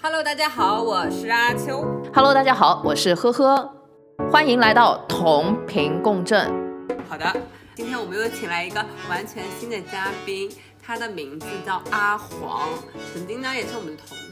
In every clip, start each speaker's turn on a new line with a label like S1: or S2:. S1: Hello，大家好，我是阿秋。
S2: Hello，大家好，我是呵呵，欢迎来到同频共振。
S1: 好的，今天我们又请来一个完全新的嘉宾，他的名字叫阿黄，曾经呢也是我们的同事。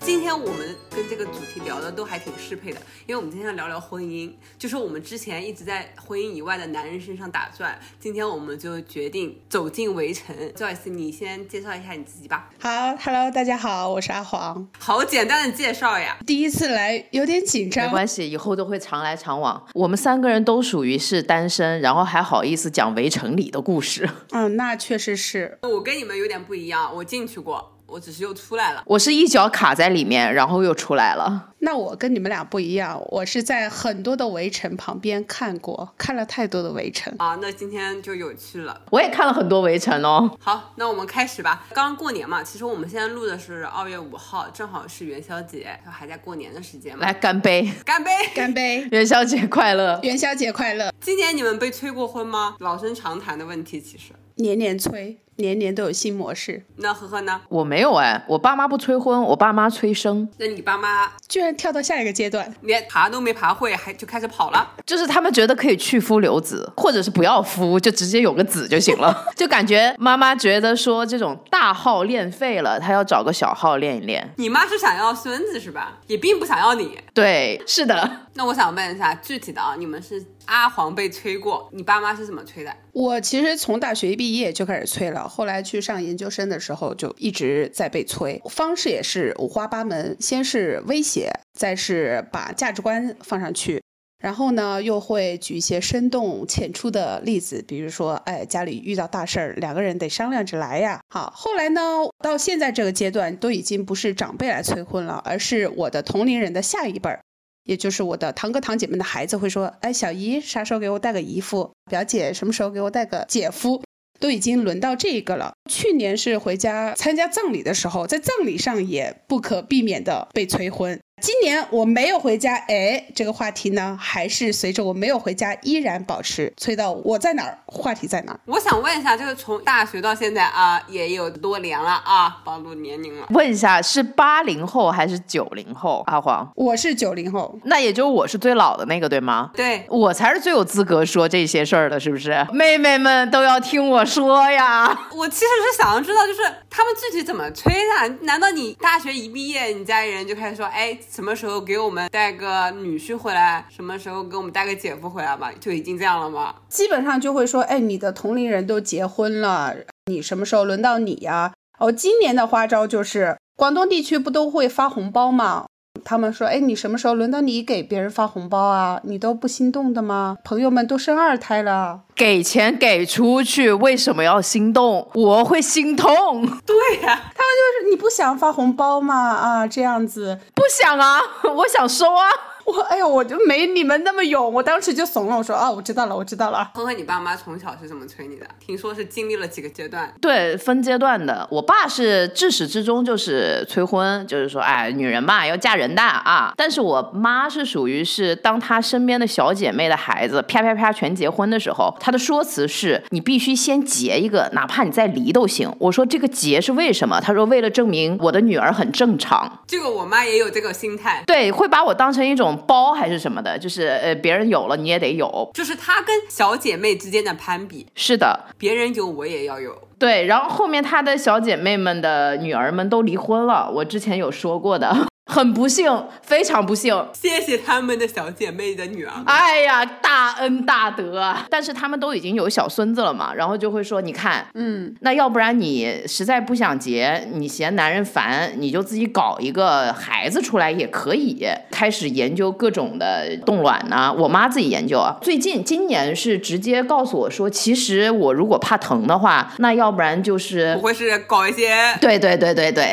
S1: 今天我们跟这个主题聊的都还挺适配的，因为我们今天要聊聊婚姻，就是我们之前一直在婚姻以外的男人身上打转，今天我们就决定走进围城。Joyce，你先介绍一下你自己吧，
S3: 好，Hello，大家好，我是阿黄。
S1: 好简单的介绍呀。
S3: 第一次来有点紧
S2: 没
S3: 张，
S2: 关系，以后都会常来常往。我们三个人都属于是单身，然后还好意思讲《围城》里的故事。
S3: 嗯，那确实是，
S1: 我跟你们有点不一样，我进去过，我只是又出来了。
S2: 我是一脚卡在里面，然后又出来了。
S3: 那我跟你们俩不一样，我是在很多的围城旁边看过，看了太多的围城。
S1: 啊，那今天就有趣了。
S2: 我也看了很多《围城》哦。
S1: 好，那我们开始吧。刚刚过年嘛，其实我们现在录的是二月五号，正好是元宵节，还在过年的时间嘛。
S2: 来，干杯！
S1: 干杯！
S3: 干杯，
S2: 元宵节快乐！
S3: 元宵节快乐！
S1: 今年你们被催过婚吗？老生常谈的问题，其实。
S3: 年年催，年年都有新模式，
S1: 那呵呵呢？
S2: 我没有哎，我爸妈不催婚，我爸妈催生，
S1: 那你爸妈
S3: 居然跳到下一个阶段。
S1: 连爬都没爬会，还就开始跑了？
S2: 就是他们觉得可以去夫留子，或者是不要夫，就直接有个子就行了。 就感觉妈妈觉得说这种大号练废了，她要找个小号练一练。
S1: 你妈是想要孙子是吧？也并不想要你。
S2: 对，是的，
S1: 那我想问一下具体的啊，你们是阿黄被催过，你爸妈是怎么催的？
S3: 我其实从大学一毕业就开始催了，后来去上研究生的时候就一直在被催，方式也是五花八门，先是威胁，再是把价值观放上去。然后呢，又会举一些生动浅出的例子，比如说，哎，家里遇到大事儿，两个人得商量着来呀。好，后来呢，到现在这个阶段，都已经不是长辈来催婚了，而是我的同龄人的下一辈儿，也就是我的堂哥堂姐们的孩子会说：“哎，小姨啥时候给我带个姨夫？表姐什么时候给我带个姐夫？”都已经轮到这个了。去年是回家参加葬礼的时候，在葬礼上也不可避免的被催婚。今年我没有回家，哎，这个话题呢，还是随着我没有回家依然保持催到我在哪儿，话题在哪儿。
S1: 我想问一下，就是从大学到现在啊，也有多年了啊，暴露年龄了。
S2: 问一下是八零后还是九零后？阿黄，
S3: 我是九零后，
S2: 那也就我是最老的那个，对吗？
S1: 对，
S2: 我才是最有资格说这些事儿的，是不是？妹妹们都要听我说呀！
S1: 我其实是想要知道，就是他们具体怎么催的？难道你大学一毕业，你家里人就开始说，哎，什么时候给我们带个女婿回来？什么时候给我们带个姐夫回来吧？就已经这样了吗？
S3: 基本上就会说，哎，你的同龄人都结婚了，你什么时候轮到你呀、哦，今年的花招就是广东地区不都会发红包吗？他们说，哎，你什么时候轮到你给别人发红包啊？你都不心动的吗？朋友们都生二胎了，
S2: 给钱给出去，为什么要心动？我会心痛，
S1: 对呀、
S3: 就是你不想发红包吗？啊，这样子，
S2: 不想啊，我想收啊。
S3: 我哎呦，我就没你们那么勇，我当时就怂了，我说啊，我知道了，我知道了。
S1: 哼哼，你爸妈从小是怎么催你的？听说是经历了几个阶段，
S2: 对，分阶段的。我爸是至始至终就是催婚，就是说，哎，女人嘛要嫁人的啊。但是我妈是属于是，当她身边的小姐妹的孩子啪啪啪全结婚的时候，她的说辞是你必须先结一个，哪怕你再离都行。我说这个结是为什么？她说为了证明我的女儿很正常。
S1: 这个我妈也有这个心态。
S2: 对，会把我当成一种包还是什么的，就是呃，别人有了你也得有。
S1: 就是她跟小姐妹之间的攀比，
S2: 是的，
S1: 别人有我也要有。
S2: 对，然后后面她的小姐妹们的女儿们都离婚了，我之前有说过的，很不幸，非常不幸。
S1: 谢谢他们的小姐妹的女儿。
S2: 哎呀，大恩大德啊！但是他们都已经有小孙子了嘛，然后就会说，你看，
S3: 嗯，
S2: 那要不然你实在不想结，你嫌男人烦，你就自己搞一个孩子出来也可以。开始研究各种的冻卵呐、我妈自己研究啊。最近今年是直接告诉我说，其实我如果怕疼的话，那要不然就是
S1: 不，会是搞一些
S2: 对对对对对。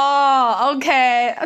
S3: 哦，OK，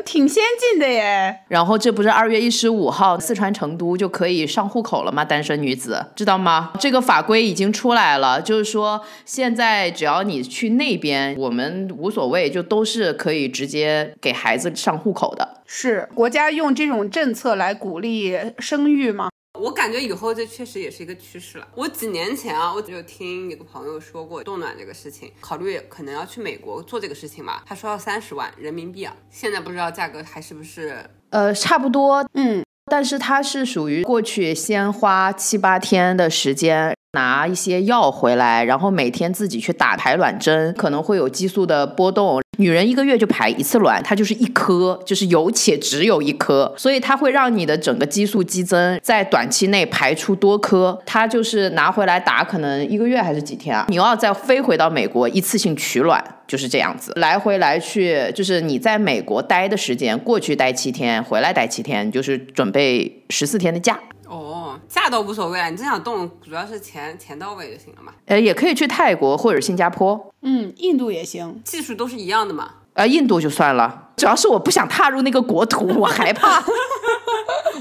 S3: 挺先进的耶。
S2: 然后这不是二月一十五号，四川成都就可以上户口了吗？单身女子知道吗？这个法规已经出来了，就是说现在只要你去那边，我们无所谓，就都是可以直接给孩子上户口的。
S3: 是国家用这种政策来鼓励生育吗？
S1: 我感觉以后这确实也是一个趋势了。我几年前啊，我就听一个朋友说过冻卵这个事情，考虑可能要去美国做这个事情嘛。他说要三十万人民币啊，现在不知道价格还是不是
S2: 呃，差不多，
S3: 嗯，
S2: 但是它是属于过去先花七八天的时间拿一些药回来，然后每天自己去打排卵针，可能会有激素的波动。女人一个月就排一次卵，它就是一颗，就是有且只有一颗，所以它会让你的整个激素激增，在短期内排出多颗。它就是拿回来打，可能一个月还是几天啊？你要再飞回到美国一次性取卵，就是这样子，来回来去，就是你在美国待的时间，过去待七天，回来待七天，就是准备十四天的假。
S1: 哦，价倒无所谓啊，你真想动，主要是钱钱到位就行了嘛，
S2: 呃，也可以去泰国或者新加坡，
S3: 嗯，印度也行。
S1: 技术都是一样的嘛。
S2: 呃，印度就算了。主要是我不想踏入那个国土， 我害怕。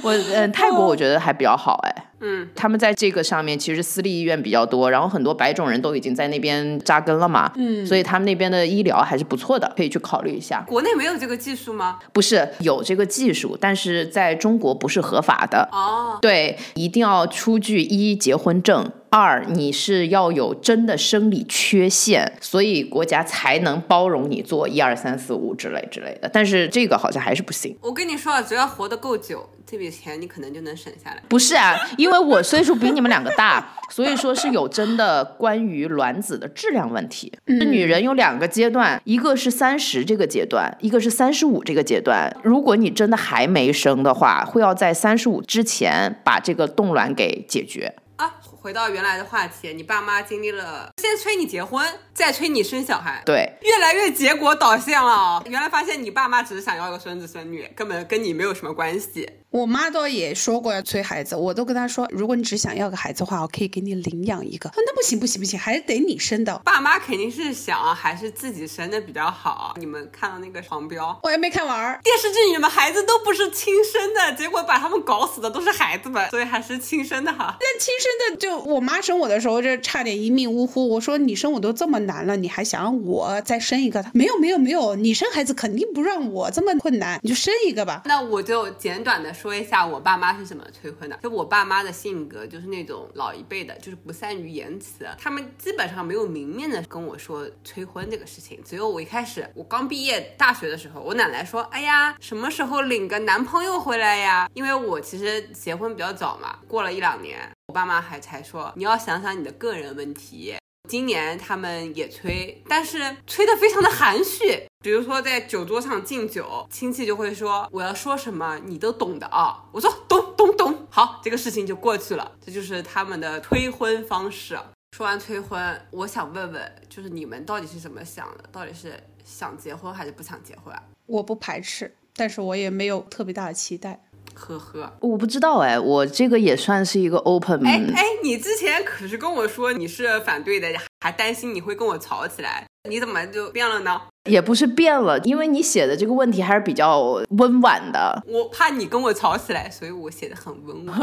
S2: 我呃，泰国我觉得还比较好，哎。
S1: 嗯，
S2: 他们在这个上面其实私立医院比较多，然后很多白种人都已经在那边扎根了嘛，嗯，所以他们那边的医疗还是不错的，可以去考虑一下。
S1: 国内没有这个技术吗？
S2: 不是有这个技术，但是在中国不是合法的。
S1: 哦，
S2: 对，一定要出具一结婚证，二你是要有真的生理缺陷，所以国家才能包容你做一二三四五之类之类的。但是这个好像还是不行。
S1: 我跟你说啊，只要活得够久，这笔钱你可能就能省下来。
S2: 不是啊，因为我岁数比你们两个大， 所以说是有真的关于卵子的质量问题。这女人有两个阶段，一个是三十这个阶段，一个是三十五这个阶段。如果你真的还没生的话，会要在三十五之前把这个冻卵给解决。
S1: 啊，回到原来的话题，你爸妈经历了，先催你结婚，再催你生小孩，
S2: 对，
S1: 越来越结果导向了。原来发现你爸妈只是想要一个孙子孙女，根本跟你没有什么关系。
S3: 我妈倒也说过要催孩子，我都跟她说，如果你只想要个孩子的话，我可以给你领养一个。啊那不行不行不行，还是得你生的。
S1: 爸妈肯定是想还是自己生的比较好。你们看到那个黄标
S3: 我也没看完儿。
S1: 电视剧里面孩子都不是亲生的，结果把他们搞死的都是孩子们，所以还是亲生的哈。
S3: 但亲生的就我妈生我的时候，这差点一命呜呼。我说你生我都这么难了，你还想让我再生一个？她没有没有没有，你生孩子肯定不让我这么困难，你就生一个吧。
S1: 那我就简短的说一下我爸妈是怎么催婚的。就我爸妈的性格就是那种老一辈的，就是不善于言辞，他们基本上没有明面的跟我说催婚这个事情。只有我一开始我刚毕业大学的时候，我奶奶说：“哎呀，什么时候领个男朋友回来呀？”因为我其实结婚比较早嘛，过了一两年，我爸妈还才说你要想想你的个人问题。今年他们也催，但是催的非常的含蓄。比如说在酒桌上敬酒，亲戚就会说我要说什么你都懂的啊。我说懂懂懂，好，这个事情就过去了。这就是他们的催婚方式。啊说完催婚，我想问问，就是你们到底是怎么想的？到底是想结婚还是不想结婚啊？
S3: 我不排斥，但是我也没有特别大的期待。
S1: 呵呵。
S2: 我不知道哎，我这个也算是一个 open，
S1: 哎哎，你之前可是跟我说你是反对的，还担心你会跟我吵起来，你怎么就变了呢？
S2: 也不是变了，因为你写的这个问题还是比较温婉的。
S1: 我怕你跟我吵起来，所以我写的很温婉。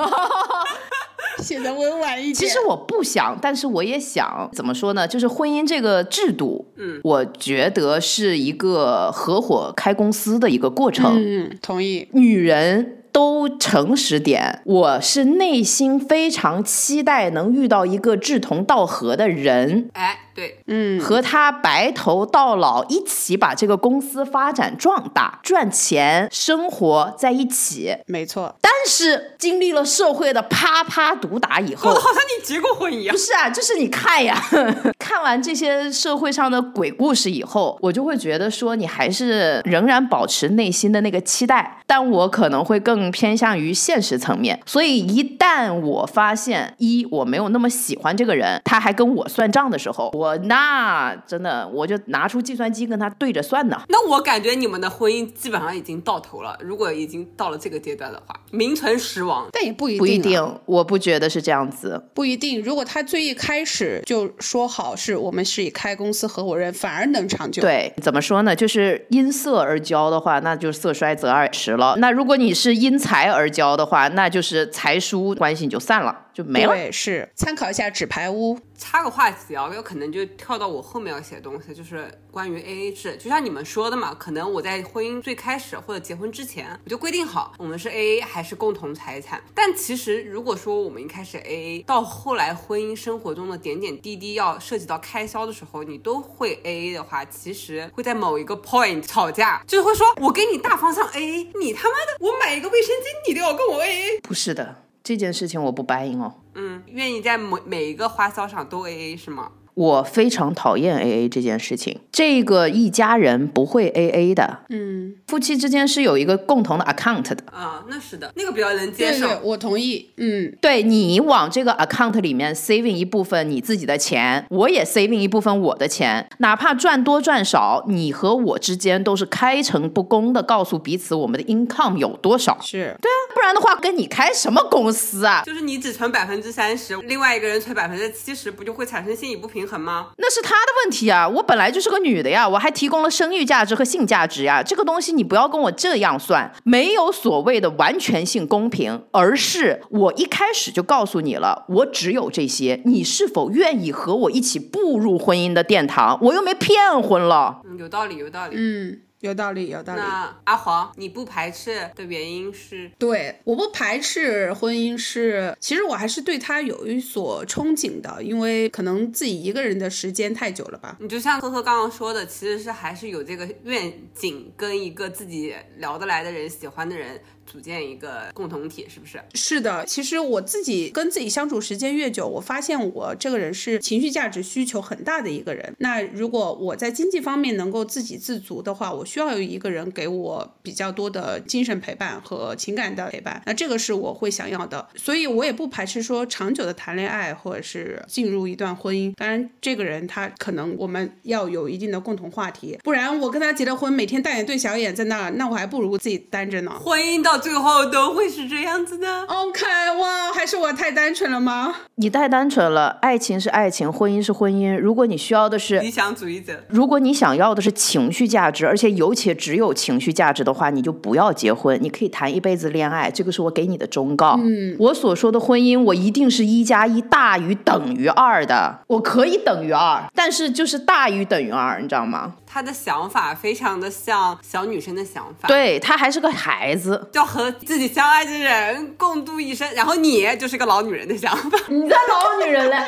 S3: 写的温婉一点。
S2: 其实我不想，但是我也想，怎么说呢？就是婚姻这个制度，
S1: 嗯，
S2: 我觉得是一个合伙开公司的一个过程。
S3: 嗯，同意。
S2: 女人都诚实点，我是内心非常期待能遇到一个志同道合的人，
S1: 哎，对，
S3: 嗯，
S2: 和他白头到老，一起把这个公司发展壮大，赚钱，生活在一起。
S3: 没错。
S2: 但是经历了社会的啪啪毒打以后
S1: 搞得，好像你结过婚一样
S2: 不。是啊，就是你看呀， 看完这些社会上的鬼故事以后，我就会觉得说，你还是仍然保持内心的那个期待，但我可能会更偏向于现实层面。所以一旦我发现一我没有那么喜欢这个人，他还跟我算账的时候，我那真的我就拿出计算机跟他对着算呢。
S1: 那我感觉你们的婚姻基本上已经到头了，如果已经到了这个阶段的话，名存实亡。
S3: 但也不一定、啊，
S2: 不一定，我不觉得是这样子。
S3: 不一定。如果他最一开始就说好是我们是以开公司合伙人，反而能长久。，
S2: 对，怎么说呢？就是因色而交的话，那就色衰则二十了。那如果你是因财而交的话，那就是财疏，关系你就散了。就没了。
S3: 对，是参考一下纸牌屋，
S1: 插个话题啊，有可能就跳到我后面要写的东西，就是关于 AA 制。就像你们说的嘛，可能我在婚姻最开始或者结婚之前，我就规定好我们是 AA 还是共同财产。但其实如果说我们一开始 AA，到后来婚姻生活中的点点滴滴要涉及到开销的时候，你都会 AA 的话，其实会在某一个 point 吵架，就是会说我给你大方向 AA，你他妈的我买一个卫生巾你都要跟我 AA。
S2: 不是的，这件事情我不答应哦。
S1: 嗯，愿意在每每一个花销上都 AA 是吗？
S2: 我非常讨厌 A A 这件事情，这个一家人不会 A A 的，
S3: 嗯，
S2: 夫妻之间是有一个共同的 account 的。
S1: 啊，那是的，那个比较能接
S3: 对
S1: 受。
S3: 对，我同意，嗯，
S2: 对你往这个 account 里面 saving 一部分你自己的钱，我也 saving 一部分我的钱，哪怕赚多赚少，你和我之间都是开诚布公的告诉彼此我们的 income 有多少，
S3: 是
S2: 不然的话跟你开什么公司啊？
S1: 就是你只存百分之三十，另外一个人存百分之七十，不就会产生心理不平衡吗？
S2: 那是他的问题啊！我本来就是个女的呀，我还提供了生育价值和性价值呀。这个东西你不要跟我这样算，没有所谓的完全性公平，而是我一开始就告诉你了，我只有这些，你是否愿意和我一起步入婚姻的殿堂？我又没骗婚了。
S1: 嗯，有道理，有道理。
S3: 嗯，有道理，有道理。
S1: 那阿黄，你不排斥的原因是，
S3: 对，我不排斥婚姻是，其实我还是对他有一所憧憬的，因为可能自己一个人的时间太久了吧。
S1: 你就像呵呵刚刚说的，其实是还是有这个愿景，跟一个自己聊得来的人、喜欢的人组建一个共同体，是不是？
S3: 是的，其实我自己跟自己相处时间越久，我发现我这个人是情绪价值需求很大的一个人。那如果我在经济方面能够自给自足的话，我需要有一个人给我比较多的精神陪伴和情感的陪伴，那这个是我会想要的。所以我也不排斥说长久的谈恋爱或者是进入一段婚姻。当然，这个人他可能我们要有一定的共同话题，不然我跟他结了婚，每天大眼对小眼在那儿，那我还不如自己单着呢。
S1: 婚姻到最后都会是这样子的。
S3: OK，哇，还是我太单纯了吗？
S2: 你太单纯了，爱情是爱情，婚姻是婚姻。如果你需要的是
S1: 理想主义者，
S2: 如果你想要的是情绪价值，而且有且只有情绪价值的话，你就不要结婚，你可以谈一辈子恋爱，这个是我给你的忠告。嗯，我所说的婚姻，我一定是一加一大于等于二的，我可以等于二，但是就是大于等于二，你知道吗？
S1: 他的想法非常的像小女生的想法。
S2: 对他还是个孩子，
S1: 要和自己相爱的人共度一生，然后你就是个老女人的想法。
S2: 你在老女人嘞。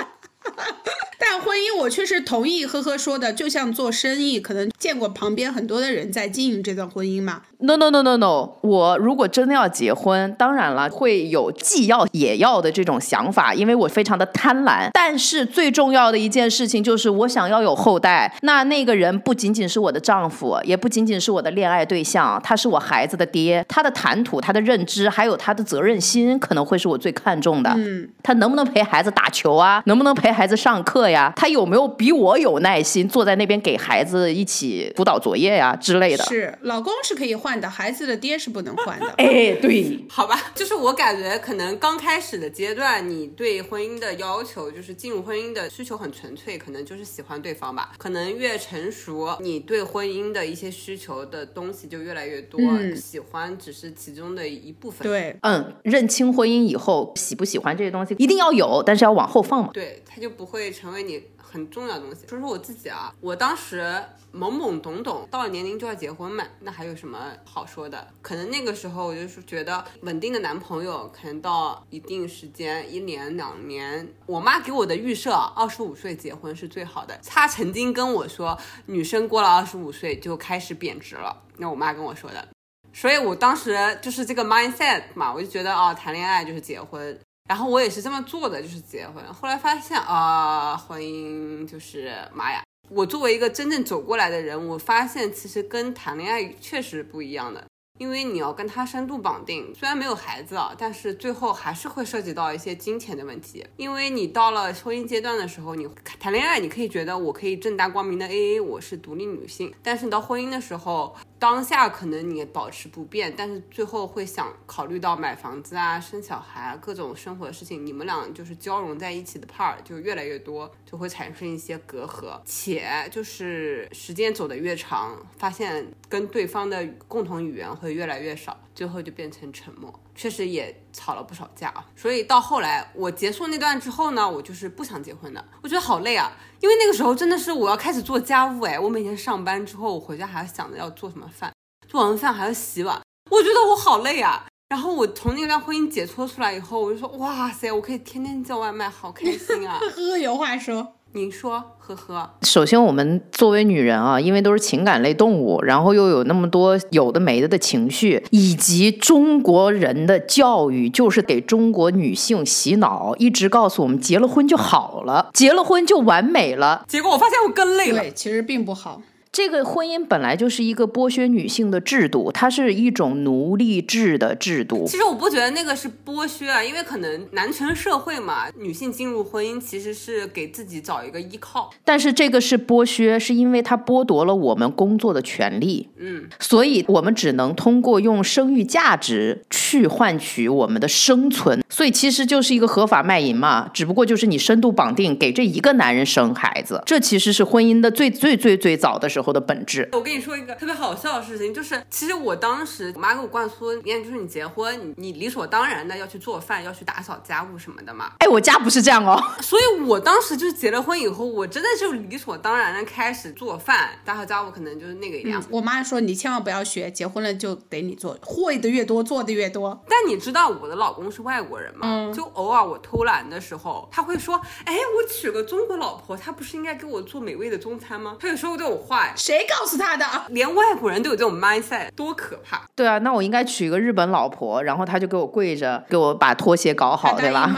S3: 但婚姻我确实同意呵呵说的，就像做生意，可能见过旁边很多的人在经营这段婚姻嘛。
S2: No no no no no！我如果真的要结婚，当然了，会有既要也要的这种想法，因为我非常的贪婪。但是最重要的一件事情就是，我想要有后代。那那个人不仅仅是我的丈夫，也不仅仅是我的恋爱对象，他是我孩子的爹。他的谈吐、他的认知，还有他的责任心，可能会是我最看重的。嗯，他能不能陪孩子打球啊？能不能陪孩子上课呀？他有没有比我有耐心，坐在那边给孩子一起辅导作业呀之类的？
S3: 是，老公是可以换的，孩子的爹是不能换 的。
S2: 哎，对。
S1: 好吧，就是我感觉可能刚开始的阶段，你对婚姻的要求就是进入婚姻的需求很纯粹，可能就是喜欢对方吧。可能越成熟，你对婚姻的一些需求的东西就越来越多，
S3: 嗯
S1: 喜欢只是其中的一部分。
S3: 对，
S2: 嗯，认清婚姻以后，喜不喜欢这些东西一定要有，但是要往后放嘛。
S1: 对，它就不会成为你很重要的东西。说说我自己啊，我当时懵懵懂懂，到了年龄就要结婚嘛，那还有什么好说的？可能那个时候我就是觉得稳定的男朋友，可能到一定时间，一年两年，我妈给我的预设，啊二十五岁结婚是最好的。她曾经跟我说，女生过了二十五岁就开始贬值了，那我妈跟我说的。所以我当时就是这个 mindset 嘛，我就觉得啊，谈恋爱就是结婚，然后我也是这么做的，就是结婚。后来发现啊、婚姻就是妈呀！我作为一个真正走过来的人，我发现其实跟谈恋爱确实不一样的，因为你要跟他深度绑定，虽然没有孩子啊，但是最后还是会涉及到一些金钱的问题。因为你到了婚姻阶段的时候，你谈恋爱，你可以觉得我可以正大光明的 AA，我是独立女性，但是你到婚姻的时候，当下可能你保持不变，但是最后会想考虑到买房子啊、生小孩啊各种生活的事情，你们俩就是交融在一起的 part 就越来越多，就会产生一些隔阂，且就是时间走得越长，发现跟对方的共同语言会越来越少，最后就变成沉默。确实也吵了不少架啊，所以到后来我结束那段之后呢，我就是不想结婚的，我觉得好累啊，因为那个时候真的是我要开始做家务哎，我每天上班之后，我回家还要想着要做什么饭，做完饭还要洗碗，我觉得我好累啊。然后我从那段婚姻解脱出来以后，我就说哇塞，我可以天天叫外卖，好开心啊！
S3: 呵呵，有话说。
S1: 您说，呵呵，
S2: 首先，我们作为女人啊，因为都是情感类动物，然后又有那么多有的没的的情绪，以及中国人的教育就是给中国女性洗脑，一直告诉我们结了婚就好了，结了婚就完美了。
S1: 结果我发现我更累了。
S3: 对，其实并不好。
S2: 这个婚姻本来就是一个剥削女性的制度，它是一种奴隶制的制度。
S1: 其实我不觉得那个是剥削啊，因为可能男权社会嘛，女性进入婚姻其实是给自己找一个依靠。
S2: 但是这个是剥削，是因为它剥夺了我们工作的权利，
S1: 嗯，
S2: 所以我们只能通过用生育价值去换取我们的生存。所以其实就是一个合法卖淫嘛，只不过就是你深度绑定给这一个男人生孩子，这其实是婚姻的最最最最早的时候。时候的本质，
S1: 我跟你说一个特别好笑的事情，就是其实我当时我妈给我灌输理念，就是你结婚，你你理所当然的要去做饭，要去打扫家务什么的嘛。
S2: 哎，我家不是这样哦，
S1: 所以我当时就是结了婚以后，我真的就理所当然的开始做饭、打扫家务，可能就是那个样、嗯。
S3: 我妈说你千万不要学，结婚了就得你做，会的越多，做的越多。
S1: 但你知道我的老公是外国人嘛，嗯、就偶尔我偷懒的时候，他会说，哎，我娶个中国老婆，她不是应该给我做美味的中餐吗？他有时候对我坏。
S3: 谁告诉他的？
S1: 连外国人都有这种 mindset，多可怕！
S2: 对啊，那我应该娶一个日本老婆，然后他就给我跪着，给我把拖鞋搞好，对吧？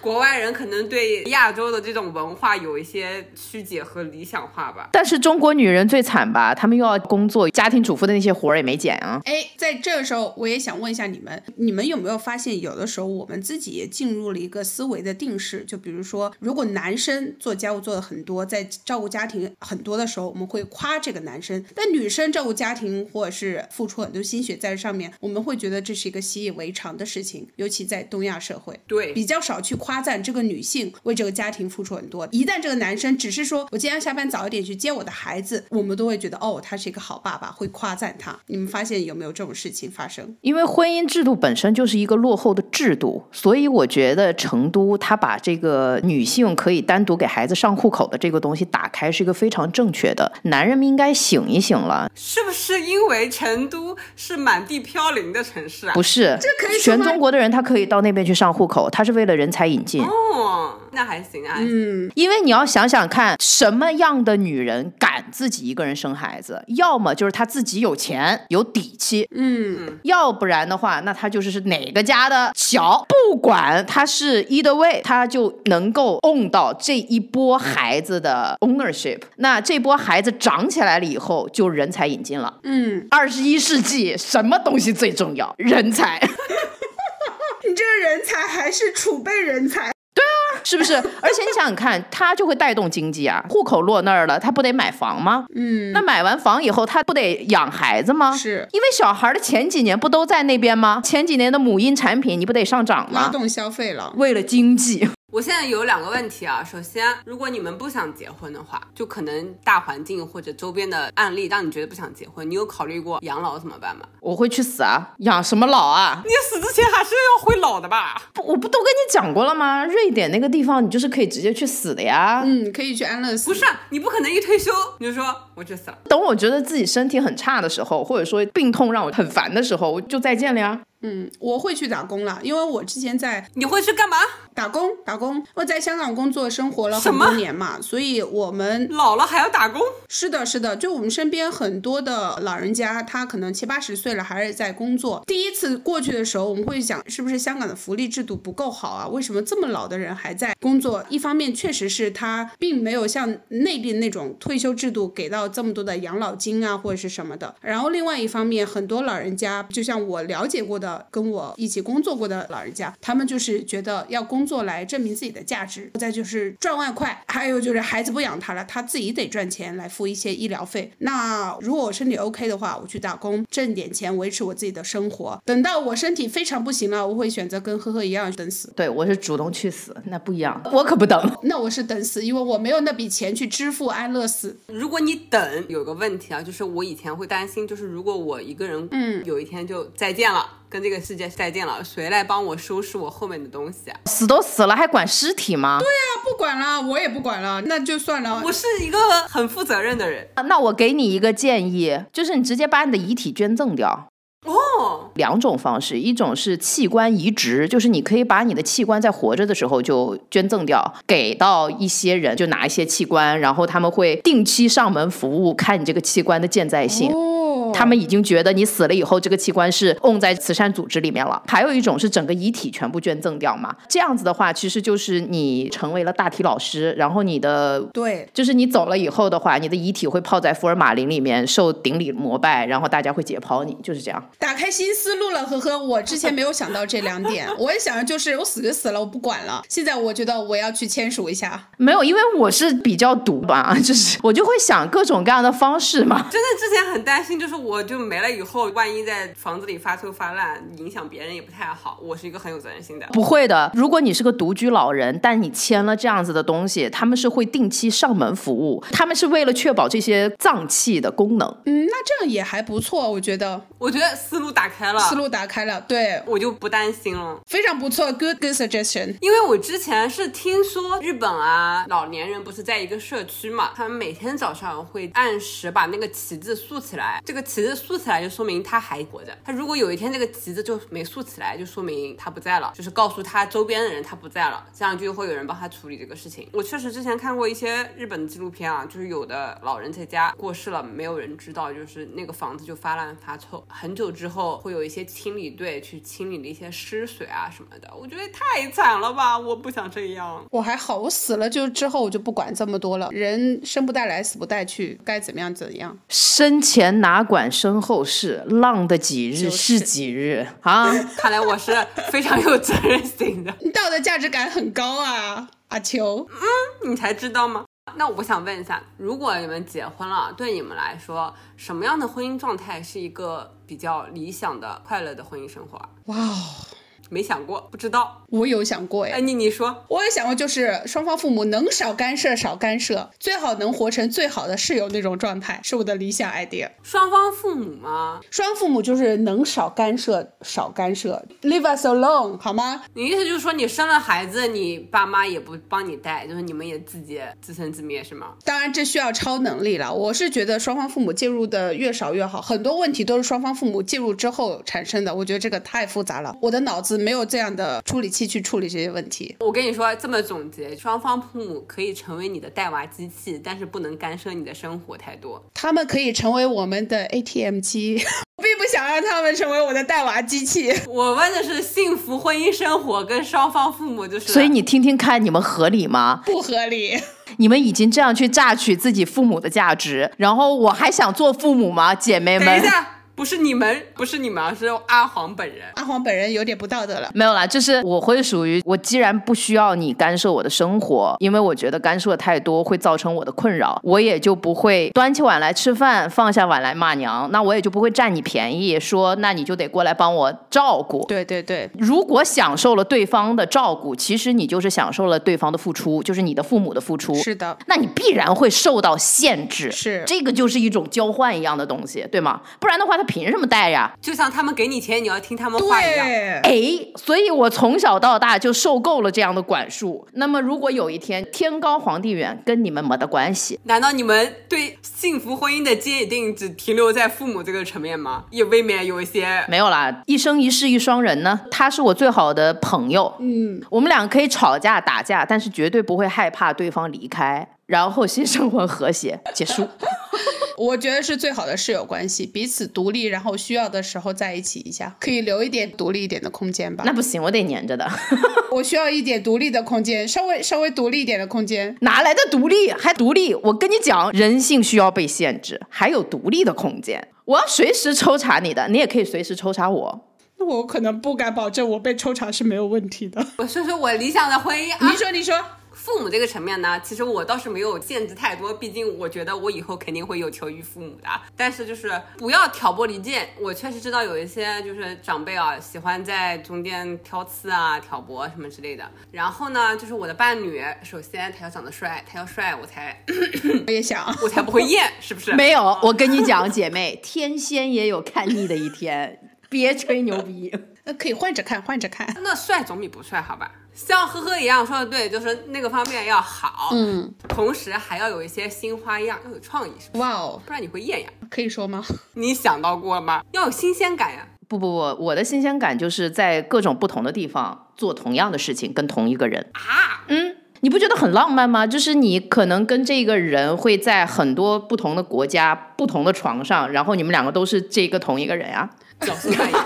S1: 国外人可能对亚洲的这种文化有一些曲解和理想化吧。
S2: 但是中国女人最惨吧，她们又要工作，家庭主妇的那些活儿也没减啊。
S3: 哎，在这个时候，我也想问一下你们，你们有没有发现，有的时候我们自己也进入了一个思维的定式？就比如说，如果男生做家务做的很多，在照顾家庭很多的时候，我们会夸这个男生；但女生照顾家庭或者是付出很多心血在上面，我们会觉得这是一个习以为常的事情，尤其在东亚社会，
S1: 对，
S3: 比较少去夸。夸赞这个女性为这个家庭付出很多，一旦这个男生只是说我今天下班早一点去接我的孩子，我们都会觉得哦，他是一个好爸爸，会夸赞他。你们发现有没有这种事情发生？
S2: 因为婚姻制度本身就是一个落后的制度，所以我觉得成都他把这个女性可以单独给孩子上户口的这个东西打开是一个非常正确的，男人们应该醒一醒了。
S1: 是不是因为成都是满地飘零的城市啊？
S2: 不是，
S3: 这可以
S2: 全中国的人他可以到那边去上户口，他是为了人才引。
S1: 哦，那还行啊。
S3: 嗯，
S2: 因为你要想想看，什么样的女人敢自己一个人生孩子？要么就是她自己有钱有底气，
S3: 嗯，
S2: 要不然的话，那她就是是哪个家的小，不管她是 either way，她就能够 own 到这一波孩子的 ownership。那这波孩子长起来了以后，就人才引进了。
S3: 嗯，
S2: 二十一世纪什么东西最重要？人才。
S3: 你嗯这个人才还是储备人才。
S2: 对啊，是不是？而且你想想看，他就会带动经济啊。户口落那儿了，他不得买房吗？
S3: 嗯，啊
S2: 那买完房以后，他不得养孩子吗？
S3: 是，
S2: 因为小孩的前几年不都在那边吗？前几年的母婴产品，你不得上涨吗？
S3: 拉动消费了，
S2: 为了经济。
S1: 我现在有两个问题啊，首先，如果你们不想结婚的话，就可能大环境或者周边的案例让你觉得不想结婚，你有考虑过养老怎么办吗？
S2: 我会去死啊，养什么老啊？
S1: 你死之前还是要会老的吧？
S2: 不，我不都跟你讲过了吗？瑞典那个地方，你就是可以直接去死的呀。
S3: 嗯，可以去安乐死。
S1: 不是、啊，你不可能一退休你就说我去死了。
S2: 等我觉得自己身体很差的时候，或者说病痛让我很烦的时候，我就再见了呀。
S3: 嗯，我会去打工了，因为我之前在
S1: 你会去干嘛？
S3: 打工，打工。我在香港工作生活了很多年嘛，所以我们
S1: 老了还要打工？
S3: 是的，是的，就我们身边很多的老人家，他可能七八十岁了还是在工作。第一次过去的时候，我们会想，是不是香港的福利制度不够好啊？为什么这么老的人还在工作？一方面确实是他并没有像内地那种退休制度给到这么多的养老金啊或者是什么的。然后另外一方面，很多老人家就像我了解过的。的跟我一起工作过的老人家，他们就是觉得要工作来证明自己的价值，再就是赚外快，还有就是孩子不养他了，他自己得赚钱来付一些医疗费。那如果我身体 OK 的话，我去打工挣点钱维持我自己的生活。等到我身体非常不行了，我会选择跟呵呵一样等死。
S2: 对我是主动去死，那不一样，我可不等。
S3: 那我是等死，因为我没有那笔钱去支付安乐死。
S1: 如果你等，有个问题啊，就是我以前会担心，就是如果我一个人，嗯，有一天就再见了。跟这个世界再见了，谁来帮我收拾我后面的东西啊？
S2: 死都死了还管尸体吗？对
S3: 那不管了，我也不管了，那就算了。
S1: 我是一个很负责任的人
S2: 那我给你一个建议，就是你直接把你的遗体捐赠掉。
S1: 哦。
S2: 两种方式，一种是器官移植，就是你可以把你的器官在活着的时候就捐赠掉，给到一些人，就拿一些器官，然后他们会定期上门服务，看你这个器官的健在性。
S3: 哦
S2: 他们已经觉得你死了以后，这个器官是 own 在慈善组织里面了。还有一种是整个遗体全部捐赠掉嘛，这样子的话，其实就是你成为了大体老师，然后你的。
S3: 对，
S2: 就是你走了以后的话，你的遗体会泡在福尔马林里面受顶礼膜拜，然后大家会解剖你，就是这样。
S3: 打开新思路了，呵呵。我之前没有想到这两点，我也想着就是我死就死了，我不管了。现在我觉得我要去签署一下。
S2: 没有，因为我是比较毒吧， 就是我就会想各种各样的方式嘛。
S1: 真的之前很担心，就是我就没了以后，万一在房子里发臭发烂，影响别人也不太好。我是一个很有责任心的。
S2: 不会的，如果你是个独居老人，但你签了这样子的东西，他们是会定期上门服务，他们是为了确保这些脏器的功能。
S3: 嗯，那这样也还不错，我觉得
S1: 我觉得思路打开了，
S3: 思路打开了，对，
S1: 我就不担心了。
S3: 非常不错，good good suggestion。
S1: 因为我之前是听说日本啊，老年人不是在一个社区嘛，他们每天早上会按时把那个旗子竖起来，这个旗子竖起来就说明他还活着。他如果有一天这个旗子就没竖起来，就说明他不在了，就是告诉他周边的人他不在了，这样就会有人帮他处理这个事情。我确实之前看过一些日本的纪录片啊，就是有的老人在家过世了，没有人知道，就是那个房子就发烂发臭，很久之后会有一些清理队去清理的一些尸水啊什么的，我觉得太惨了吧，我不想这样。
S3: 我还好，我死了就之后我就不管这么多了。人生不带来，死不带去，该怎么样怎么样。
S2: 生前哪管身后事，浪的几日
S3: 就是
S2: 是几日啊！
S1: 看来我是非常有责任心的，
S3: 你道德价值感很高啊，阿秋。
S1: 你才知道吗？那我想问一下，如果你们结婚了，对你们来说，什么样的婚姻状态是一个比较理想的、快乐的婚姻生活啊？
S3: 哇哦，
S1: 没想过，不知道。
S3: 我有想过哎
S1: 哎，，你你说，
S3: 我也想过，就是双方父母能少干涉少干涉，最好能活成最好的室友那种状态，是我的理想 idea。
S1: 双方父母吗？
S3: 双父母就是能少干涉少干涉，leave us alone 好吗？
S1: 你意思就是说，你生了孩子，你爸妈也不帮你带，就是你们也自己自生自灭，是吗？
S3: 当然这需要超能力了，我是觉得双方父母介入的越少越好，很多问题都是双方父母介入之后产生的，我觉得这个太复杂了，我的脑子没有这样的处理器去处理这些问题。
S1: 我跟你说，这么总结，双方父母可以成为你的带娃机器，但是不能干涉你的生活太多。
S3: 他们可以成为我们的 ATM 机，我并不想让他们成为我的带娃机器。
S1: 我问的是幸福婚姻生活跟双方父母，就是
S2: 所以你听听看，你们合理吗？
S3: 不合理，
S2: 你们已经这样去榨取自己父母的价值，然后我还想做父母吗，姐妹
S1: 等一
S2: 们？
S1: 下，不是你们，不是你们啊，是阿黄本人。
S3: 阿黄本人有点不道德了。
S2: 没有啦，就是我会属于我，既然不需要你干涉我的生活，因为我觉得干涉太多会造成我的困扰，我也就不会端起碗来吃饭，放下碗来骂娘，那我也就不会占你便宜，说那你就得过来帮我照顾。
S3: 对对对，
S2: 如果享受了对方的照顾，其实你就是享受了对方的付出，就是你的父母的付出。
S3: 是的，
S2: 那你必然会受到限制，
S3: 是
S2: 这个就是一种交换一样的东西，对吗？不然的话，他凭什么带呀？
S1: 就像他们给你钱，你要听他们话一样。
S3: 对，
S2: 哎，所以我从小到大就受够了这样的管束。那么，如果有一天天高皇帝远，跟你们没得关系，
S1: 难道你们对幸福婚姻的界定只停留在父母这个层面吗？也未免有一些
S2: 没有啦，一生一世一双人呢。他是我最好的朋友，嗯，我们俩可以吵架打架，但是绝对不会害怕对方离开，然后新生活和谐结束。
S3: 我觉得是最好的室友关系，彼此独立，然后需要的时候在一起一下，可以留一点独立一点的空间吧。
S2: 那不行，我得粘着的，
S3: 我需要一点独立的空间，稍微稍微独立一点的空间。
S2: 哪来的独立？还独立？我跟你讲，人性需要被限制，还有独立的空间。我要随时抽查你的，你也可以随时抽查我。
S3: 我可能不敢保证我被抽查是没有问题的。
S1: 我说说我理想的婚姻啊
S3: 你，说，你说，
S1: 父母这个层面呢，其实我倒是没有限制太多，毕竟我觉得我以后肯定会有求于父母的。但是就是不要挑拨离间。我确实知道有一些就是长辈啊，喜欢在中间挑刺啊、挑拨什么之类的。然后呢，就是我的伴侣，首先他要长得帅，他要帅我才
S3: 我也想
S1: 我才不 会厌，是不是？
S4: 没有，我跟你讲，姐妹， 天仙也有看腻的一天，别吹牛逼。
S3: 那呃可以换着看，换着看。
S1: 那帅总比不帅好吧？像呵呵一样说的对，就是那个方面要好，
S3: 嗯，
S1: 同时还要有一些新花样，要有创意，是吧？
S3: 哇哦，
S1: 不然你会厌呀。
S3: 可以说吗？
S1: 你想到过吗？要有新鲜感呀、
S2: 不不不，我的新鲜感就是在各种不同的地方做同样的事情，跟同一个人。
S1: 啊！
S2: 嗯，你不觉得很浪漫吗？就是你可能跟这个人会在很多不同的国家、不同的床上，然后你们两个都是这个同一个人啊呀、
S1: 角色扮演，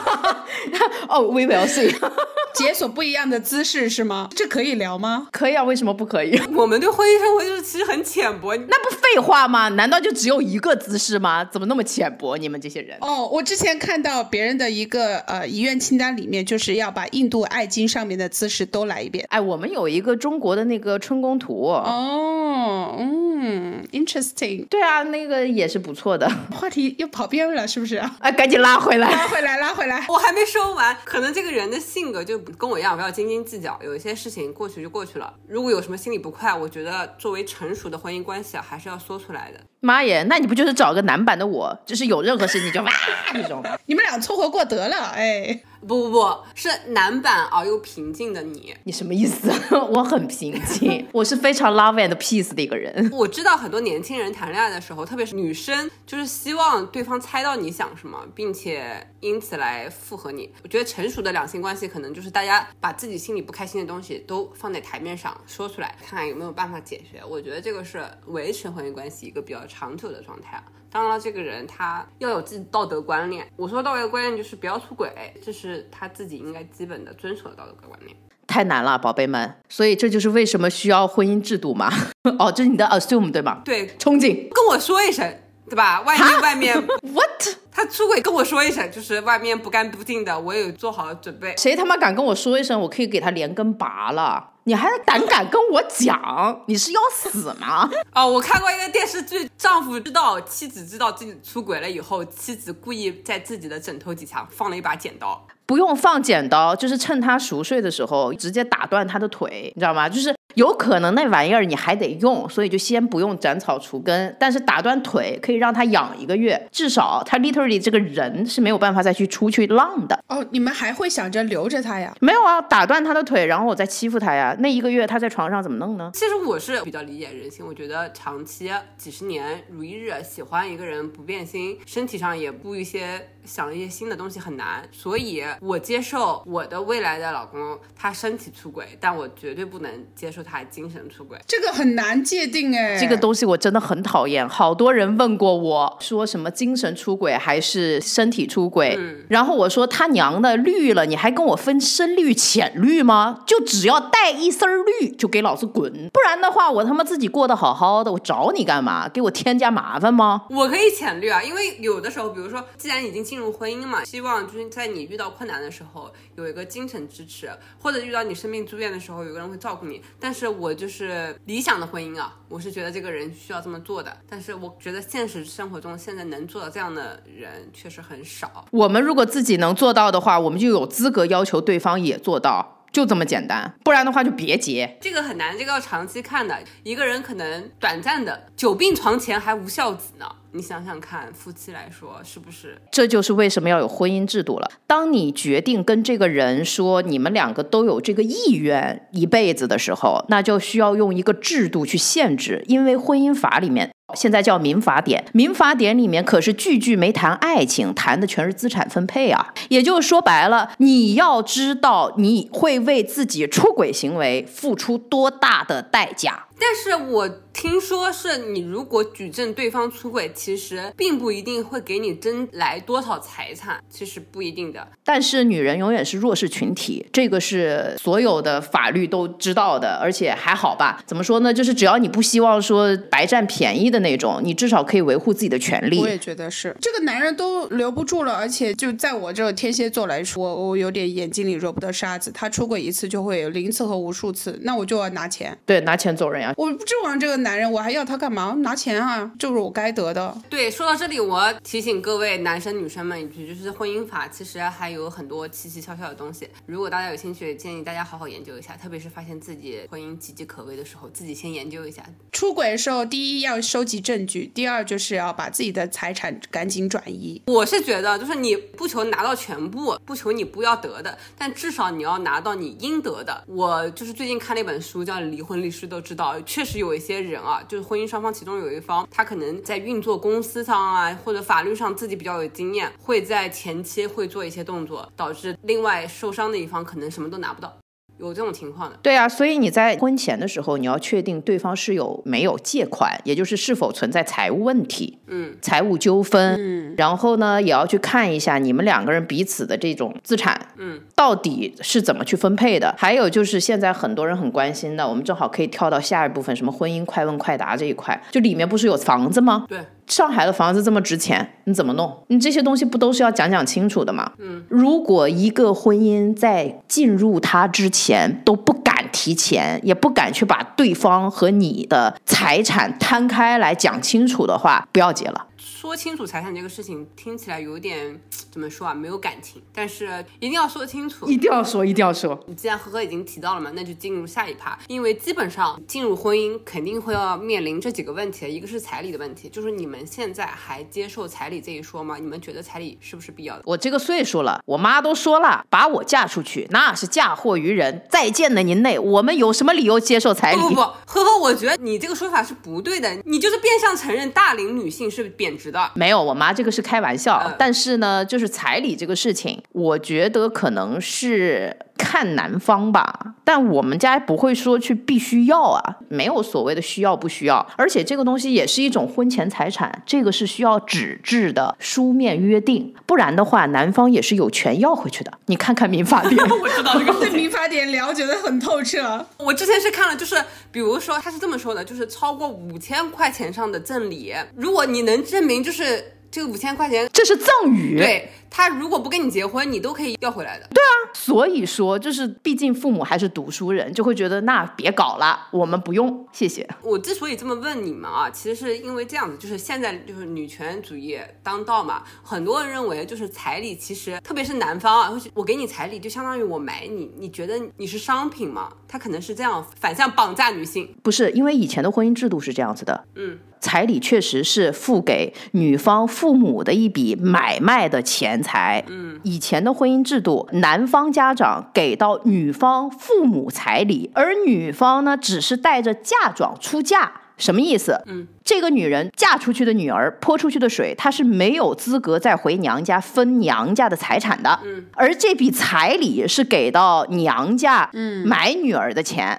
S2: 哦、w e will see，
S3: 解锁不一样的姿势是吗？这可以聊吗？
S2: 可以啊，为什么不可以？
S1: 我们对婚姻生活就是其实很浅薄。
S2: 那不废话吗？难道就只有一个姿势吗？怎么那么浅薄？你们这些人，
S3: 哦，我之前看到别人的一个呃遗愿清单里面，就是要把印度爱经上面的姿势都来一遍。
S2: 哎，我们有一个中国的那个春宫图。
S3: 哦，嗯，interesting，
S2: 对啊，那个也是不错的。
S3: 话题又跑偏了，是不是？
S2: 哎，赶紧拉回来。
S3: 拉啊回来，拉回来。
S1: 我还没说完，可能这个人的性格就跟我一样，不要斤斤计较，有一些事情过去就过去了。如果有什么心里不快，我觉得作为成熟的婚姻关系啊，还是要说出来的。
S2: 妈耶，那你不就是找个男版的我？就是有任何事情就哇 那种吗？
S3: 你们俩凑合过得了，哎，
S1: 不不不，是男版而又平静的你。
S2: 你什么意思？ 我很平静，我是非常 love and peace 的一个人。
S1: 我知道很多年轻人谈恋爱的时候，特别是女生，就是希望对方猜到你想什么，并且因此来附和你。我觉得成熟的两性关系，可能就是大家把自己心里不开心的东西都放在台面上说出来，看看有没有办法解决。我觉得这个是维持婚姻关系一个比较长久的状态啊。当然了，这个人他要有自己道德观念。我说道德观念就是不要出轨，这是他自己应该基本的遵守的道德观念。
S2: 太难了，宝贝们。所以这就是为什么需要婚姻制度嘛。 哦，这是你的 assume 对吗？
S1: 对，
S2: 憧憬
S1: 跟我说一声，对吧？万一外面
S2: what？
S1: 他出轨跟我说一声，就是外面不干不净的，我也有做好准备。
S2: 谁他妈敢跟我说一声，我可以给他连根拔了。你还胆敢跟我讲？你是要死吗？
S1: 哦，我看过一个电视剧，丈夫知道妻子知道自己出轨了以后，妻子故意在自己的枕头底下放了一把剪刀。
S2: 不用放剪刀，就是趁他熟睡的时候直接打断他的腿，你知道吗？就是有可能那玩意儿你还得用，所以就先不用斩草除根，但是打断腿可以让他养一个月，至少他 literally 这个人是没有办法再去出去浪的。
S3: 哦，你们还会想着留着他呀？
S2: 没有啊，打断他的腿，然后我再欺负他呀，那一个月他在床上怎么弄呢？
S1: 其实我是比较理解人性，我觉得长期几十年如一日喜欢一个人不变心，身体上也不一些想一些新的东西很难，所以我接受我的未来的老公他身体出轨，但我绝对不能接受他精神出轨。
S3: 这个很难界定哎，
S2: 这个东西我真的很讨厌，好多人问过我说什么精神出轨还是身体出轨，然后我说他娘的绿了，你还跟我分深绿浅绿吗？就只要带一丝儿绿就给老子滚，不然的话我他妈自己过得好好的，我找你干嘛？给我添加麻烦吗？
S1: 我可以浅略啊，因为有的时候，比如说，既然已经进入婚姻嘛，希望就是在你遇到困难的时候有一个精神支持，或者遇到你生病住院的时候有个人会照顾你。但是我就是理想的婚姻啊，我是觉得这个人需要这么做的。但是我觉得现实生活中现在能做到这样的人确实很少。
S2: 我们如果自己能做到的话，我们就有资格要求对方也做到，就这么简单，不然的话就别结。
S1: 这个很难，这个要长期看的。一个人可能短暂的久病床前还无孝子呢，你想想看，夫妻来说是不是？
S2: 这就是为什么要有婚姻制度了。当你决定跟这个人说你们两个都有这个意愿一辈子的时候，那就需要用一个制度去限制，因为婚姻法里面。现在叫民法典，民法典里面可是句句没谈爱情，谈的全是资产分配啊。也就是说白了，你要知道你会为自己出轨行为付出多大的代价。
S1: 但是我听说是你如果举证对方出轨，其实并不一定会给你争来多少财产，其实不一定的。
S2: 但是女人永远是弱势群体，这个是所有的法律都知道的，而且还好吧？怎么说呢？就是只要你不希望说白占便宜的那种，你至少可以维护自己的权利
S3: 我。也觉得是，这个男人都留不住了，而且就在我这个天蝎座来说，我有点眼睛里揉不得沙子。他出轨一次就会有零次和无数次，那我就要拿钱。
S2: 对，拿钱走人呀、
S3: 我不指望这个男人，我还要他干嘛？拿钱啊，这是我该得的。
S1: 对，说到这里，我提醒各位男生女生们一句，就是婚姻法其实还有很多奇奇跷跷的东西。如果大家有兴趣，建议大家好好研究一下，特别是发现自己婚姻岌岌可危的时候，自己先研究一下。
S3: 出轨的时候，第一要收集证据，第二就是要把自己的财产赶紧转移。
S1: 我是觉得，就是你不求拿到全部，不求你不要得的，但至少你要拿到你应得的。我就是最近看了一本书，叫《离婚律师都知道》，确实有一些人啊，就是婚姻双方其中有一方，他可能在运作公司上啊，或者法律上自己比较有经验，会在前期会做一些动作，导致另外受伤的一方可能什么都拿不到，有这种情况的。
S2: 对啊，所以你在婚前的时候，你要确定对方是有没有借款，也就是是否存在财务问题、
S1: 嗯，
S2: 财务纠纷。嗯，然后呢，也要去看一下你们两个人彼此的这种资产，
S1: 嗯，
S2: 到底是怎么去分配的。还有就是现在很多人很关心的，我们正好可以跳到下一部分，什么婚姻快问快答这一块，就里面不是有房子吗？
S1: 对，
S2: 上海的房子这么值钱，你怎么弄？你这些东西不都是要讲讲清楚的吗？嗯，如果一个婚姻在进入它之前都不敢提钱，也不敢去把对方和你的财产摊开来讲清楚的话，不要结了。
S1: 说清楚财产这个事情听起来有点怎么说啊，没有感情，但是一定要说清楚。
S2: 定要说，一定要说。
S1: 既然呵呵已经提到了嘛，那就进入下一趴，因为基本上进入婚姻肯定会要面临这几个问题，一个是彩礼的问题，就是你们现在还接受彩礼这一说吗？你们觉得彩礼是不是必要的？
S2: 我这个岁数了，我妈都说了，把我嫁出去那是嫁祸于人。再见了您嘞，我们有什么理由接受彩礼？
S1: 不不不，呵呵，我觉得你这个说法是不对的，你就是变相承认大龄女性是贬值的。
S2: 没有，我妈这个是开玩笑，
S1: 嗯
S2: 但是呢，就是彩礼这个事情，我觉得可能是看男方吧，但我们家不会说去必须要啊，没有所谓的需要不需要，而且这个东西也是一种婚前财产，这个是需要纸质的书面约定，不然的话，男方也是有权要回去的。你看看民法 典，
S1: 我知道这个
S3: 对民法典了解的很透彻，
S1: 我之前是看了，就是比如说他是这么说的，就是超过五千块钱上的赠礼，如果你能证明就是这个五千块钱，
S2: 这是赠与。
S1: 对他如果不跟你结婚，你都可以要回来的。
S2: 所以说，就是毕竟父母还是读书人，就会觉得那别搞了，我们不用，谢谢。
S1: 我之所以这么问你们啊，其实是因为这样子，就是现在就是女权主义当道嘛，很多人认为就是彩礼，其实特别是男方啊，会觉得我给你彩礼就相当于我买你，你觉得你是商品吗？他可能是这样反向绑架女性，
S2: 不是，因为以前的婚姻制度是这样子的，
S1: 嗯，
S2: 彩礼确实是付给女方父母的一笔买卖的钱财，嗯，以前的婚姻制度，男方家长给到女方父母彩礼，而女方呢只是带着嫁妆出嫁。什么意思？嗯，这个女人嫁出去的女儿泼出去的水，她是没有资格再回娘家分娘家的财产的。嗯，而这笔彩礼是给到娘家，嗯，买女儿的钱。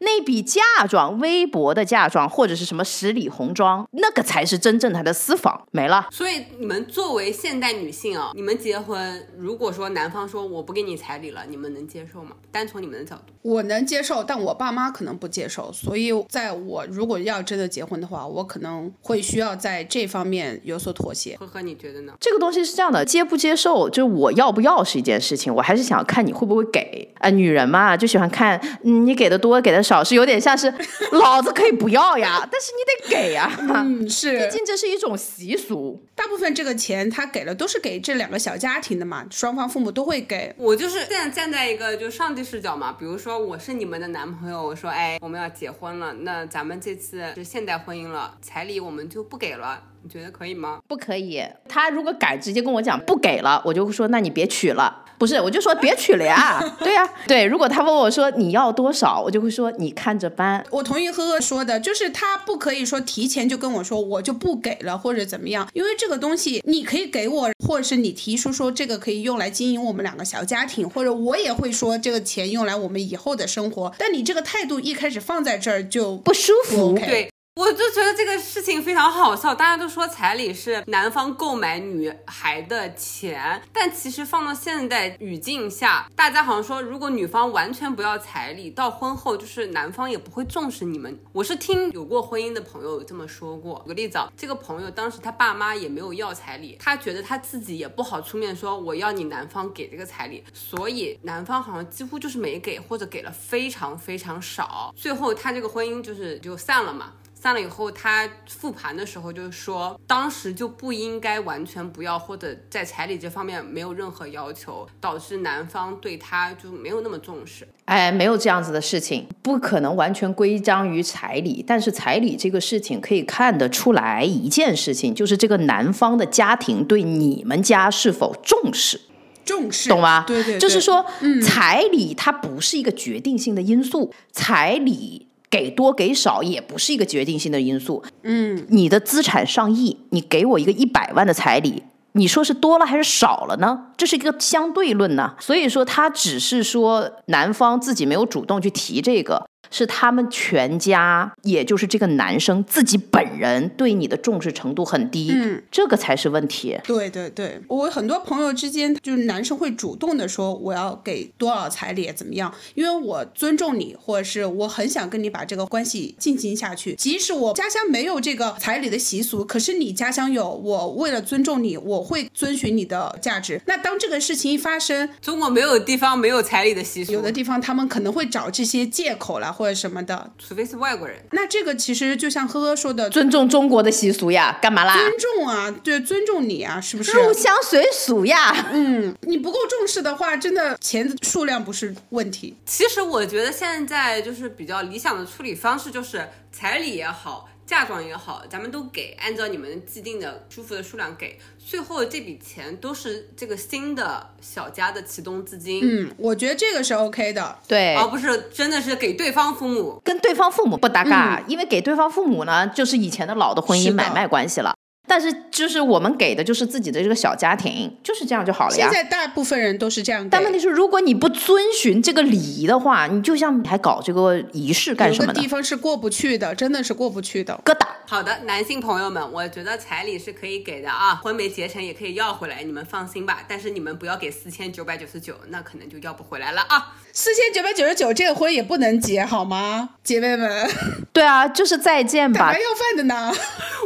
S2: 那笔嫁妆，微薄的嫁妆或者是什么十里红妆，那个才是真正他的私房，没了。
S1: 所以你们作为现代女性啊，你们结婚，如果说男方说我不给你彩礼了，你们能接受吗？单从你们的角度，
S3: 我能接受，但我爸妈可能不接受，所以在我如果要真的结婚的话，我可能会需要在这方面有所妥协。
S1: 呵呵，你觉得呢？
S2: 这个东西是这样的，接不接受，就是我要不要是一件事情，我还是想看你会不会给。啊、女人嘛，就喜欢看、嗯你给的多，给的少，是有点像是 老子可以不要呀，但是你得给呀。
S3: 嗯，是
S2: 毕，竟这是一种习俗，
S3: 大部分这个钱他给了都是给这两个小家庭的嘛，双方父母都会给。
S1: 我就是现在站在一个就上帝视角嘛，比如说我是你们的男朋友，我说哎我们要结婚了，那咱们这次是现代婚姻了，彩礼我们就不给了，你觉得可以吗？
S2: 不可以。他如果敢直接跟我讲不给了，我就会说那你别娶了。不是，我就说别娶了呀。 对呀、对。如果他问我说你要多少，我就会说你看着办。
S3: 我同意呵呵说的，就是他不可以说提前就跟我说我就不给了或者怎么样，因为这个东西你可以给我，或者是你提出说这个可以用来经营我们两个小家庭，或者我也会说这个钱用来我们以后的生活。但你这个态度一开始放在这儿就
S4: 不舒服。
S3: OK
S1: 对，我就觉得这个事情非常好笑。大家都说彩礼是男方购买女孩的钱，但其实放到现代语境下，大家好像说，如果女方完全不要彩礼，到婚后就是男方也不会重视你们。我是听有过婚姻的朋友这么说过。举个例子啊，这个朋友当时他爸妈也没有要彩礼，他觉得他自己也不好出面说我要你男方给这个彩礼，所以男方好像几乎就是没给，或者给了非常非常少。最后他这个婚姻就是就散了嘛。散了以后，他复盘的时候就说，当时就不应该完全不要，或者在彩礼这方面没有任何要求，导致男方对他就没有那么重视。
S2: 哎，没有这样子的事情，不可能完全归章于彩礼。但是彩礼这个事情可以看得出来一件事情，就是这个男方的家庭对你们家是否重视。
S3: 重视，
S2: 懂吗？
S3: 对对对，嗯
S2: 就是说，彩礼它不是一个决定性的因素，彩礼。给多给少也不是一个决定性的因素。嗯，你的资产上亿，你给我一个一百万的彩礼，你说是多了还是少了呢？这是一个相对论呢、所以说，他只是说男方自己没有主动去提这个，是他们全家，也就是这个男生自己本人对你的重视程度很低，嗯、这个才是问题。
S3: 对对对，我很多朋友之间就是男生会主动的说我要给多少彩礼怎么样，因为我尊重你，或者是我很想跟你把这个关系进行下去。即使我家乡没有这个彩礼的习俗，可是你家乡有，我为了尊重你，我会遵循你的价值。那当这个事情一发生，
S1: 中国没有地方没有彩礼的习俗，
S3: 有的地方他们可能会找这些借口啦或者什么的。
S1: 除非是外国人。
S3: 那这个其实就像呵呵说的，
S2: 尊
S3: 尊
S2: 重中国的习俗呀，干嘛啦？
S3: 重啊，对，尊重你啊，是不是？
S4: 入乡随俗呀，
S3: 嗯你不够重视的话，真的钱的数量不是问题。
S1: 其实我觉得现在就是比较理想的处理方式，就是彩礼也好，嫁妆也好，咱们都给，按照你们既定的舒服的数量给，最后这笔钱都是这个新的小家的启动资金，嗯，
S3: 嗯，我觉得这个是 OK 的。
S2: 对，
S1: 而不是真的是给对方父母。
S2: 跟对方父母不搭嘎，因为给对方父母呢，就是以前的老的婚
S3: 嗯是
S2: 姻
S3: 的
S2: 买卖关系了。但是就是我们给的就是自己的这个小家庭，就是这样就好了呀
S3: 现。在大部分人都是这样给，
S2: 但问题是，如果你不遵循这个礼仪的话，你就像还搞这个仪式干什
S3: 有
S2: 么
S3: 个
S2: 呢
S3: 地？方是过不去的，真的是过不去的。
S2: 疙瘩。
S1: 好的，男性朋友们，我觉得彩礼是可以给的啊，婚没结成也可以要回来，你们放心吧。但是你们不要给四千九百九十九，那可能就要不回来了啊。
S3: 四千九百九十九这个婚也不能结，好吗，姐 妹们？
S2: 对啊，就是再见
S3: 打
S2: 吧
S3: 白。要饭的呢？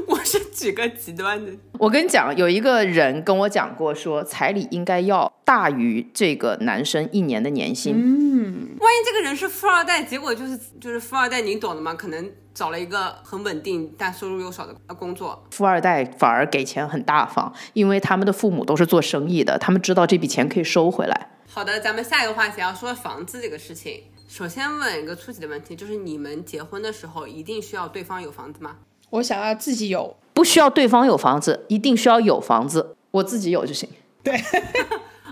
S1: 我是举个极端的，
S2: 我跟你讲，有一个人跟我讲过说彩礼应该要大于这个男生一年的年薪。
S3: 嗯
S1: 万一这个人是富二代，结果就是就是富二代，你懂的吗？可能找了一个很稳定但收入又少的工作，
S2: 富二代反而给钱很大方，因为他们的父母都是做生意的，他们知道这笔钱可以收回来。
S1: 好的，咱们下一个话题要说房子这个事情。首先问一个初级的问题，就是你们结婚的时候一定需要对方有房子吗？
S3: 我想要自己有，
S2: 不需要对方有房子，一定需要有房子，我自己有就行。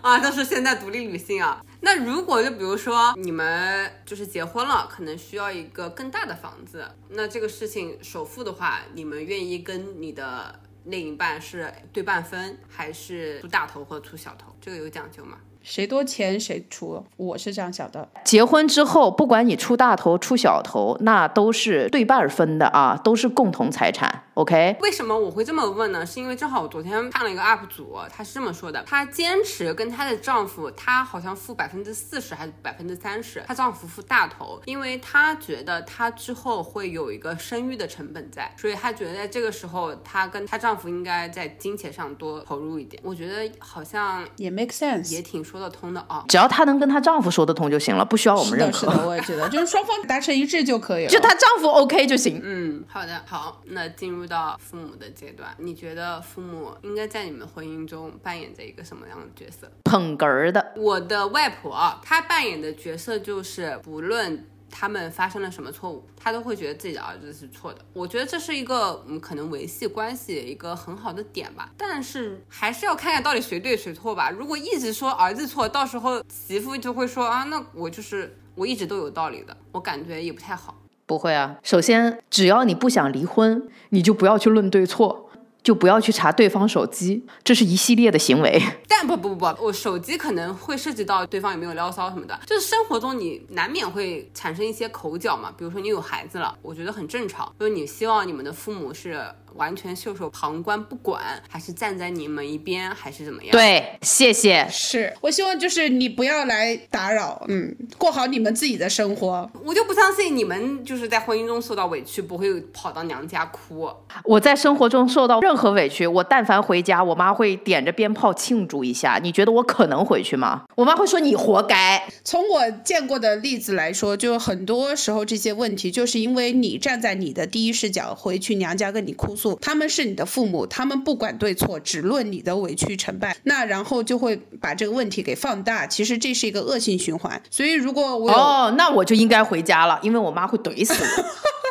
S1: 啊，都是现在独立女性啊。那如果就比如说你们就是结婚了，可能需要一个更大的房子，那这个事情首付的话，你们愿意跟你的另一半是对半分，还是出大头或者出小头？这个有讲究吗？
S3: 谁多钱谁出，我是这样想的。
S2: 结婚之后，不管你出大头出小头，那都是对半儿分的啊，都是共同财产。OK，
S1: 为什么我会这么问呢？是因为正好我昨天看了一个 UP 主，她是这么说的：她坚持跟她的丈夫，她好像付百分之四十还是百分之三十，她丈夫付大头，因为她觉得她之后会有一个生育的成本在，所以她觉得在这个时候，她跟她丈夫应该在金钱上多投入一点。我觉得好像
S3: 也
S1: 也
S3: make sense，
S1: 挺说得通的啊。
S2: 只要她能跟她丈夫说得通就行了，不需要我
S3: 是
S2: 们认
S3: 的，是
S2: 可。
S3: 的，我也 觉得，就是双方达成一致就可以了。
S2: 就她丈夫 OK 就行。
S1: 嗯，好的，好，那进入到父母的阶段，你觉得父母应该在你们婚姻中扮演着一个什么样的角色？
S2: 捧哏儿的，
S1: 我的外婆，她扮演的角色就是不论。他们发生了什么错误，他都会觉得自己的儿子是错的。我觉得这是一个嗯，可能维系关系的一个很好的点吧。但是还是要看看到底谁对谁错吧。如果一直说儿子错，到时候媳妇就会说啊，那我就是我一直都有道理的，我感觉也不太好。
S2: 不会啊，首先只要你不想离婚，你就不要去论对错，就不要去查对方手机，这是一系列的行为。
S1: 但不不不不，我手机可能会涉及到对方有没有撩骚什么的，就是生活中你难免会产生一些口角嘛。比如说你有孩子了，我觉得很正常，就是你希望你们的父母是完全袖手旁观不管，还是站在你们一边，还是怎么样？，
S2: 对，谢谢。
S3: 是我希望就是你不要来打扰，嗯，过好你们自己的生活。
S1: 我就不相信你们就是在婚姻中受到委屈不会跑到娘家哭。
S2: 我在生活中受到任何委屈，我但凡回家，我妈会点着鞭炮庆祝一下。你觉得我可能回去吗？我妈会说你活该。
S3: 从我见过的例子来说，就很多时候这些问题，就是因为你站在你的第一视角回去娘家跟你哭诉，他们是你的父母，他们不管对错，只论你的委屈成败，那然后就会把这个问题给放大。其实这是一个恶性循环。所以如果我有
S2: 哦，那我就应该回家了，因为我妈会怼死我。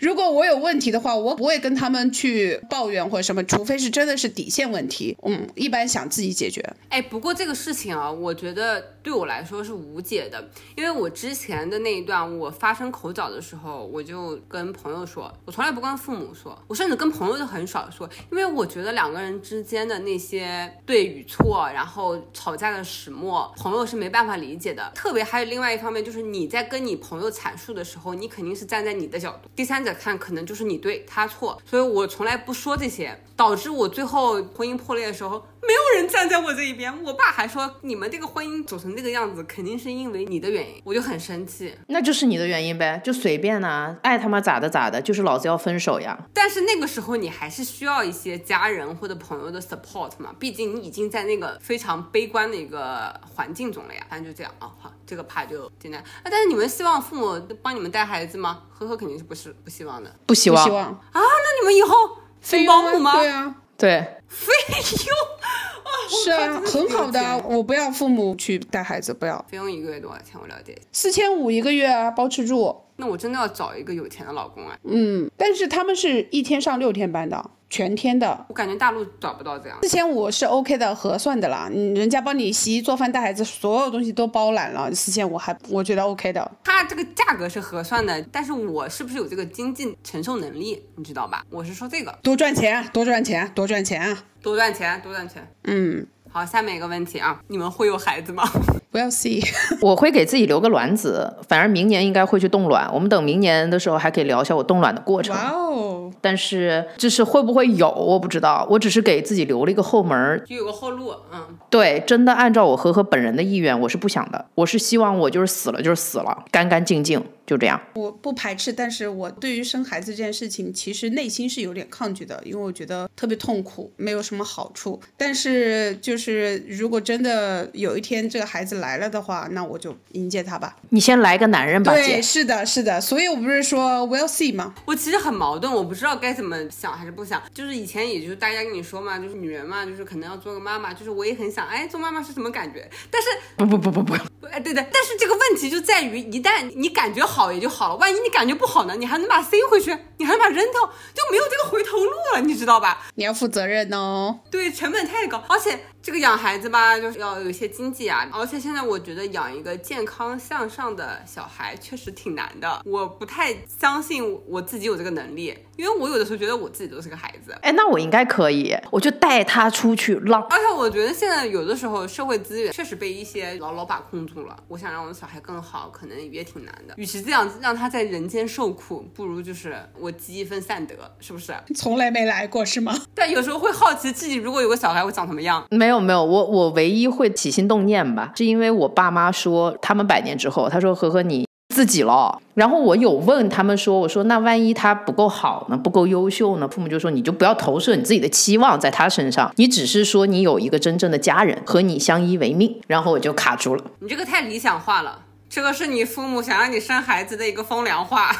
S3: 如果我有问题的话，我不会跟他们去抱怨或者什么，除非是真的是底线问题。嗯，一般想自己解决。
S1: 哎，不过这个事情啊，我觉得对我来说是无解的，因为我之前的那一段，我发生口角的时候，我就跟朋友说，我从来不跟父母说，我甚至跟朋友都很少说，因为我觉得两个人之间的那些对与错，然后吵架的始末，朋友是没办法理解的。特别还有另外一方面，就是你在跟你朋友阐述的时候，你肯定是站在你的角度，第三者看可能就是你对他错，所以我从来不说这些，导致我最后婚姻破裂的时候。没有人 站在我这一边。我爸还说你们这个婚姻走成这个样子，肯定是因为你的原因。我就很生气。
S2: 那就是你的原因呗，就随便呐、爱他妈咋的咋的，就是老子要分手呀。
S1: 但是那个时候你还是需要一些家人或者朋友的 support 嘛，毕竟你已经在那个非常悲观的一个环境中了呀。反正就这样啊，好，这个怕就简单。啊，但是你们希望父母帮你们带孩子吗？呵呵，肯定是不是不希望的。
S2: 不希
S3: 不
S2: 望，
S3: 希望
S1: 那你们以后请保姆吗？
S3: 对啊，
S2: 对，
S1: 费用
S3: 是啊，很好的啊，我不要父母去带孩子，不要
S1: 费用一个月多少钱？我了解一下。
S3: 四千五一个月啊，包吃住。
S1: 那我真的要找一个有钱的老公哎。
S3: 嗯，但是他们是一天上六天班的，全天的。
S1: 我感觉大陆找不到这样的。
S3: 四千五是 OK 的，合算的啦。你人家帮你洗衣做饭带孩子，所有东西都包揽了，四千五还我觉得 OK 的。
S1: 它这个价格是合算的，但是我是不是有这个经济承受能力，你知道吧？我是说这个
S3: 多赚钱啊，多赚钱啊，多赚钱啊！
S1: 多赚钱，多赚钱。
S3: 嗯
S1: 好，下面一个问题啊，你们会有孩子吗？
S3: ，We'll see。
S2: 我会给自己留个卵子，反正明年应该会去冻卵。我们等明年的时候还可以聊一下我冻卵的过程。
S3: 哇哦！
S2: 但是就是会不会有，我不知道。我只是给自己留了一个后门儿。
S1: 就有个后路，嗯，
S2: 对，真的按照我和和本人的意愿，我是不想的。我是希望我就是死了就是死了，干干净净就这样。
S3: 我不排斥，但是我对于生孩子这件事情，其实内心是有点抗拒的，因为我觉得特别痛苦，没有什么好处。但是就是如果真的有一天这个孩子来了的话，那我就迎接他吧。
S2: 你先来个男人吧，
S3: 对，
S2: 姐。
S3: 是的，是的，所以我不是说 we'll see 吗？
S1: 我其实很矛盾，我不知道该怎么想还是不想。就是以前也就是大家跟你说嘛，就是女人嘛，就是可能要做个妈妈，就是我也很想，哎，做妈妈是什么感觉？但是
S2: 不不不不不，
S1: 哎，对的，但是这个问题就在于，一旦你感觉好也就好了，万一你感觉不好呢？你还能把它塞回去，你还能把它扔掉，就没有这个回头路了，你知道吧？
S3: 你要负责任哦。
S1: 对，成本太高，而且这个养孩子吧，就是要有一些经济啊。而且现在我觉得养一个健康向上的小孩确实挺难的，我不太相信我自己有这个能力，因为我有的时候觉得我自己都是个孩子。
S2: 哎，那我应该可以，我就带他出去浪。
S1: 而且我觉得现在有的时候社会资源确实被一些牢牢把控住了。我想让我的小孩更好，可能也挺难的。与其这样让他在人间受苦，不如就是我积一份善德，是不是？
S3: 从来没来过是吗？
S1: 但有时候会好奇自己如果有个小孩会长什么样。
S2: 没有没有，我我唯一会起心动念吧，是因为我爸妈说他们百年之后，他说和和你自己了。然后我有问他们说，我说那万一他不够好呢，不够优秀呢？父母就说你就不要投射你自己的期望在他身上，你只是说你有一个真正的家人和你相依为命。然后我就卡住了。
S1: 你这个太理想化了，这个是你父母想让你生孩子的一个风凉话。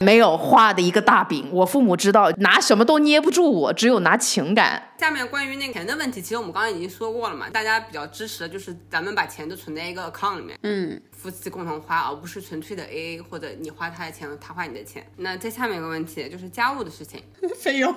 S2: 没有画的一个大饼。我父母知道，拿什么都捏不住我，只有拿情感。
S1: 下面关于那个钱的问题，其实我们刚刚已经说过了嘛，大家比较支持的就是咱们把钱都存在一个 account 里面，
S3: 嗯，
S1: 夫妻共同花，而不是纯粹的 AA 或者你花他的钱，他花你的钱。那再下面一个问题就是家务的事情，
S3: 费用。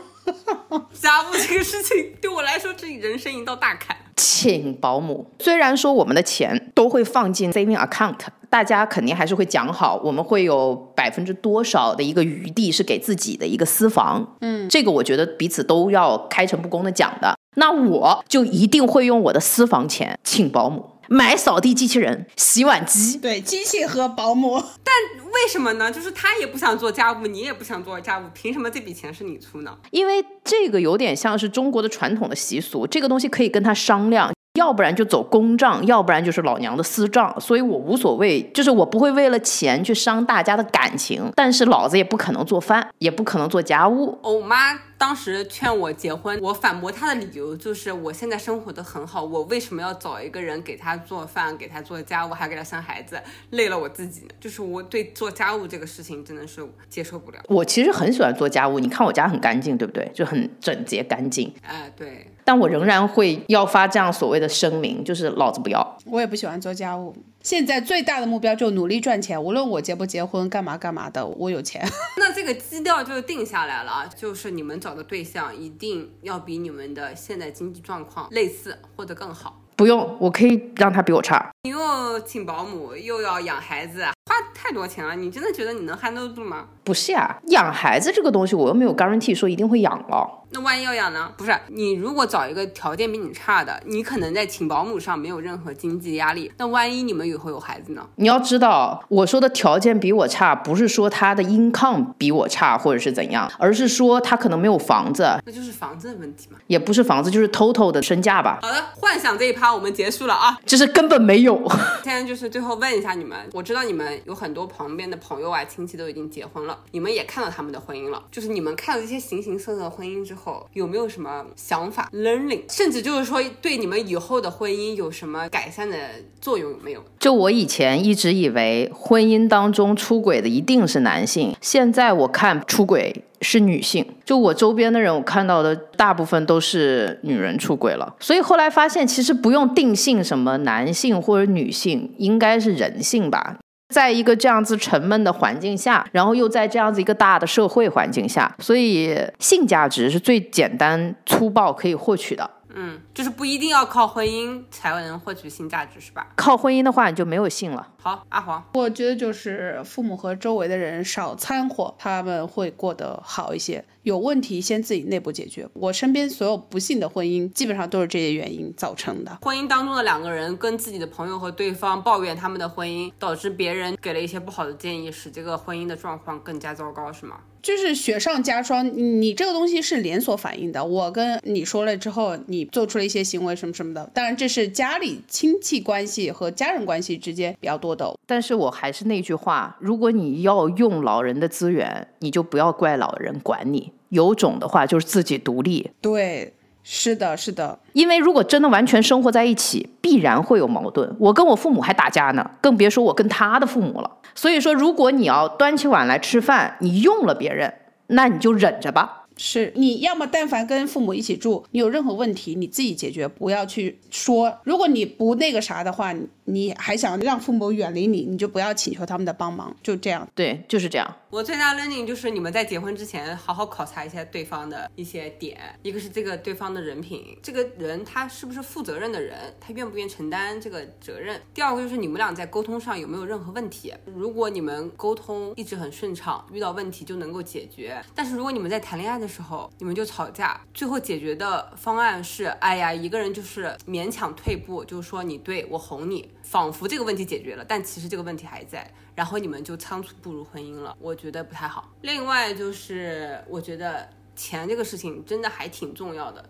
S1: 家务这个事情对我来说是人生一道大坎。
S2: 请保姆。虽然说我们的钱都会放进 saving account，大家肯定还是会讲好，我们会有百分之多少的一个余地是给自己的一个私房。嗯，这个我觉得彼此都要开诚布公的讲的。那我就一定会用我的私房钱请保姆，买扫地机器人、洗碗机。
S3: 对，机器和保姆，
S1: 为什么呢？就是他也不想做家务，你也不想做家务，凭什么这笔钱是你出呢？
S2: 因为这个有点像是中国的传统的习俗，这个东西可以跟他商量，要不然就走公账，要不然就是老娘的私账，所以我无所谓，就是我不会为了钱去伤大家的感情，但是老子也不可能做饭，也不可能做家务。
S1: 哦我妈当时劝我结婚，我反驳她的理由就是我现在生活的很好，我为什么要找一个人给她做饭、给她做家务，还给她生孩子，累了我自己。就是我对做家务这个事情真的是接受不了。
S2: 我其实很喜欢做家务，你看我家很干净，对不对？就很整洁干净，
S1: 哎、对，
S2: 但我仍然会要发这样所谓的声明，就是老子不要。
S3: 我也不喜欢做家务。现在最大的目标就努力赚钱，无论我结不结婚，干嘛干嘛的，我有钱。
S1: 那这个基调就定下来了，啊，就是你们找的对象一定要比你们的现在经济状况类似或者更好。
S2: 不用，我可以让他比我差。
S1: 你又请保姆，又要养孩子，啊花太多钱了，你真的觉得你能 handle 得住吗？
S2: 不是呀、养孩子这个东西，我又没有 guarantee 说一定会养了。
S1: 那万一要养呢？不是，你如果找一个条件比你差的，你可能在请保姆上没有任何经济压力。那万一你们以后有孩子呢？
S2: 你要知道，我说的条件比我差，不是说他的 income 比我差或者是怎样，而是说他可能没有房子，
S1: 那就是房子的问题嘛。
S2: 也不是房子，就是 total 的身价吧，
S1: 好的，幻想这一趴我们结束了啊。
S2: 就是根本没有。
S1: 现在就是最后问一下你们，我知道你们有很多旁边的朋友啊、亲戚都已经结婚了，你们也看到他们的婚姻了。就是你们看了这些形形色色的婚姻之后，有没有什么想法、learning，甚至就是说对你们以后的婚姻有什么改善的作用有没有？
S2: 就我以前一直以为婚姻当中出轨的一定是男性，现在我看出轨。是女性，就我周边的人，我看到的大部分都是女人出轨了，所以后来发现其实不用定性什么男性或者女性，应该是人性吧。在一个这样子沉闷的环境下，然后又在这样子一个大的社会环境下，所以性价值是最简单粗暴可以获取的。
S1: 嗯，就是不一定要靠婚姻才能获取性价值，是吧？
S2: 靠婚姻的话，你就没有性了。
S1: 好，阿黄，
S3: 我觉得就是父母和周围的人少掺和，他们会过得好一些。有问题先自己内部解决。我身边所有不幸的婚姻，基本上都是这些原因造成的。
S1: 婚姻当中的两个人跟自己的朋友和对方抱怨他们的婚姻，导致别人给了一些不好的建议，使这个婚姻的状况更加糟糕，是吗？
S3: 就是雪上加霜，你你这个东西是连锁反应的。我跟你说了之后，你做出了一些行为什么什么的，当然这是家里亲戚关系和家人关系之间比较多的。
S2: 但是我还是那句话，如果你要用老人的资源，你就不要怪老人管你，有种的话就是自己独立。
S3: 对，是的，是的，
S2: 因为如果真的完全生活在一起，必然会有矛盾。我跟我父母还打架呢，更别说我跟他的父母了。所以说，如果你要端起碗来吃饭，你用了别人，那你就忍着吧。
S3: 是你要么但凡跟父母一起住，你有任何问题你自己解决，不要去说。如果你不那个啥的话，你你还想让父母远离你，你就不要请求他们的帮忙，就这样。
S2: 对，就是这样。
S1: 我最大的 learning 就是你们在结婚之前好好考察一下对方的一些点，一个是这个对方的人品，这个人他是不是负责任的人，他愿不愿意承担这个责任。第二个就是你们俩在沟通上有没有任何问题。如果你们沟通一直很顺畅，遇到问题就能够解决，但是如果你们在谈恋爱的时候你们就吵架，最后解决的方案是，哎呀，一个人就是勉强退步，就是说你对我哄你，仿佛这个问题解决了，但其实这个问题还在。然后你们就仓促步入婚姻了，我觉得不太好。另外就是，我觉得钱这个事情真的还挺重要的。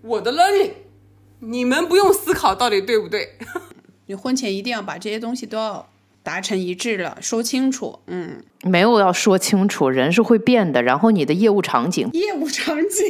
S1: 我的 learning，你们不用思考到底对不 对，
S3: 你婚前一定要把这些东西都要达成一致了，说清楚。嗯，
S2: 没有要说清楚，人是会变的。然后你的业务场景
S3: 业务场景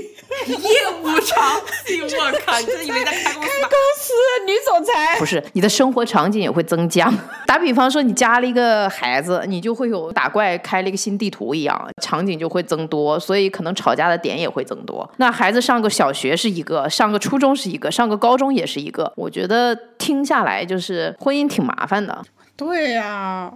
S1: 业务长系，我靠，你真的以为在开公司吗？
S3: 司女总裁
S2: 不是，你的生活场景也会增加。 打比方说，你加了一个孩子，你就会有打怪开了一个新地图一样，场景就会增多，所以可能吵架的点也会增多。那孩子上个小学是一个，上个初中是一个，上个高中也是一个。我觉得听下来就是婚姻挺麻烦的，
S3: 对啊呀、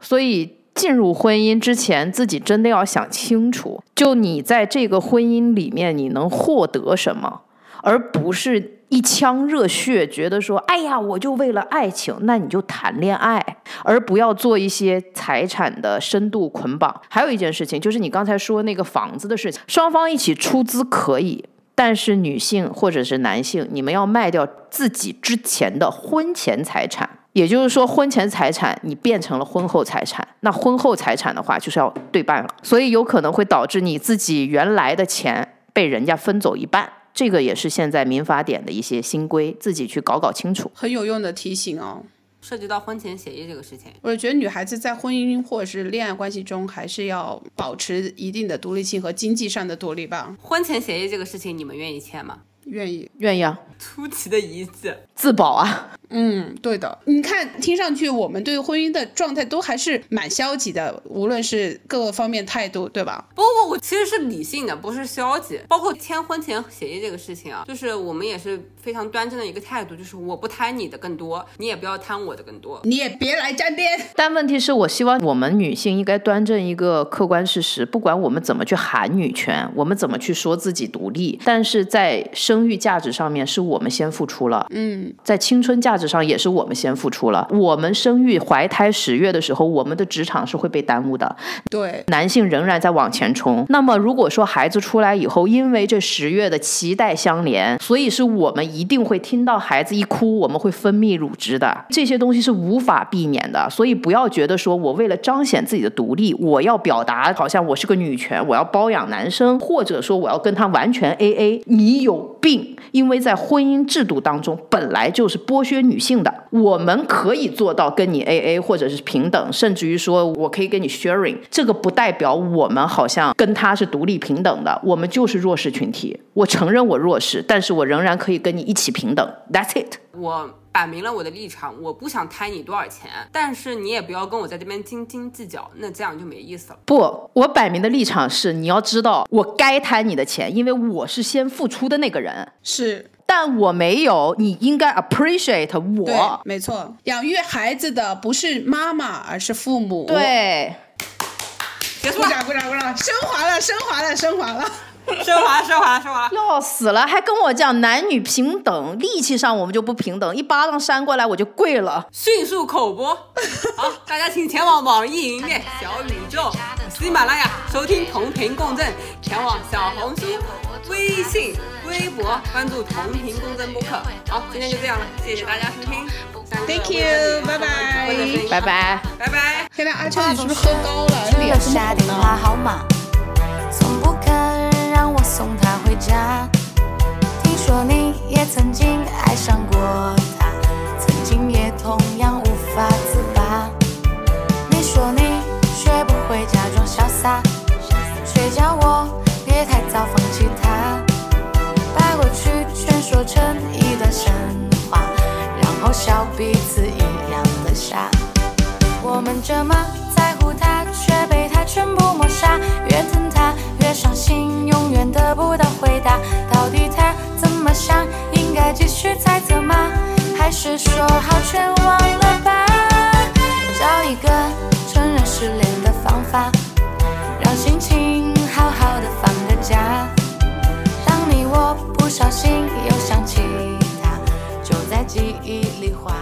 S2: 所以。进入婚姻之前，自己真的要想清楚，就你在这个婚姻里面，你能获得什么？而不是一腔热血，觉得说，哎呀，我就为了爱情，那你就谈恋爱，而不要做一些财产的深度捆绑。还有一件事情，就是你刚才说那个房子的事情，双方一起出资可以。但是女性或者是男性，你们要卖掉自己之前的婚前财产，也就是说，婚前财产你变成了婚后财产。那婚后财产的话，就是要对半了，所以有可能会导致你自己原来的钱被人家分走一半。这个也是现在民法典的一些新规，自己去搞搞清楚。
S3: 很有用的提醒哦。
S1: 涉及到婚前协议这个事情，
S3: 我觉得女孩子在婚姻或者是恋爱关系中，还是要保持一定的独立性和经济上的独立吧。
S1: 婚前协议这个事情，你们愿意签吗？
S3: 愿意，
S2: 愿意啊，
S1: 出奇的一致，
S2: 自保啊，
S3: 嗯，对的。你看，听上去我们对婚姻的状态都还是蛮消极的，无论是各个方面态度，对吧？
S1: 不不，我其实是理性的，不是消极。包括签婚前协议这个事情啊，就是我们也是非常端正的一个态度，就是我不贪你的更多，你也不要贪我的更多。
S3: 你也别来沾边。
S2: 但问题是我希望我们女性应该端正一个客观事实，不管我们怎么去喊女权，我们怎么去说自己独立，但是在生育价值上面是我们先付出了，嗯，在青春价值上也是我们先付出了。我们生育怀胎十月的时候，我们的职场是会被耽误的，
S3: 对，
S2: 男性仍然在往前冲。那么，如果说孩子出来以后，因为这十月的脐带相连，所以是我们一定会听到孩子一哭，我们会分泌乳汁的，这些东西是无法避免的。所以不要觉得说我为了彰显自己的独立，我要表达好像我是个女权，我要包养男生，或者说我要跟他完全 A A，你有病。因为在婚姻制度当中本来就是剥削女性的，我们可以做到跟你 A A 或者是平等，甚至于说我可以跟你 sharing，这个不代表我们好像跟他是独立平等的，我们就是弱势群体。我承认我弱势，但是我仍然可以跟你一起平等。That's it。
S1: 我摆明了我的立场，我不想贪你多少钱，但是你也不要跟我在这边斤斤计较，那这样就没意思了。
S2: 不，我摆明的立场是，你要知道我该贪你的钱，因为我是先付出的那个人，
S3: 是
S2: 但我没有，你应该 appreciate
S3: 对
S2: 我，。
S3: 没错。养育孩子的不是妈妈，而是父母。，
S2: 对
S1: 结束
S3: 鼓
S1: 了，
S3: 掌鼓掌鼓掌，升华了，升华了，升华了。
S1: 升华，升华，升华。
S2: 要死了，还跟我讲男女平等，力气上我们就不平等，一巴掌扇过来我就跪了。
S1: 迅速口 播。好，大家请前往网易云音乐、小宇宙、喜马拉雅收听同频共振，前往小红书、微信、微博关注同频共振播客。好，今天就这样了，谢谢大家收听。
S3: Thank you，拜拜
S2: 拜拜。
S1: 拜拜。
S3: 现在阿秋，你是不是喝高了？
S5: 只
S3: 脸
S5: 留
S3: 这么
S5: 下电
S3: 红呢？
S5: 话号码，从不肯让我送她回家。听说你也曾经爱上过他，曾经也同样无法自拔。你说你学不会假装潇洒，却叫我别太早放弃他。掰过去全说成一段神话，然后笑彼此一样的傻。我们这么在乎他，却被他全部抹杀。越疼他越伤心，永远得不到回答。到底他怎么想？应该继续猜测吗？还是说好全忘了吧？找一个承认失恋的方法，让心情好好的放个假。当你我不小心又想起他，就在记忆里划。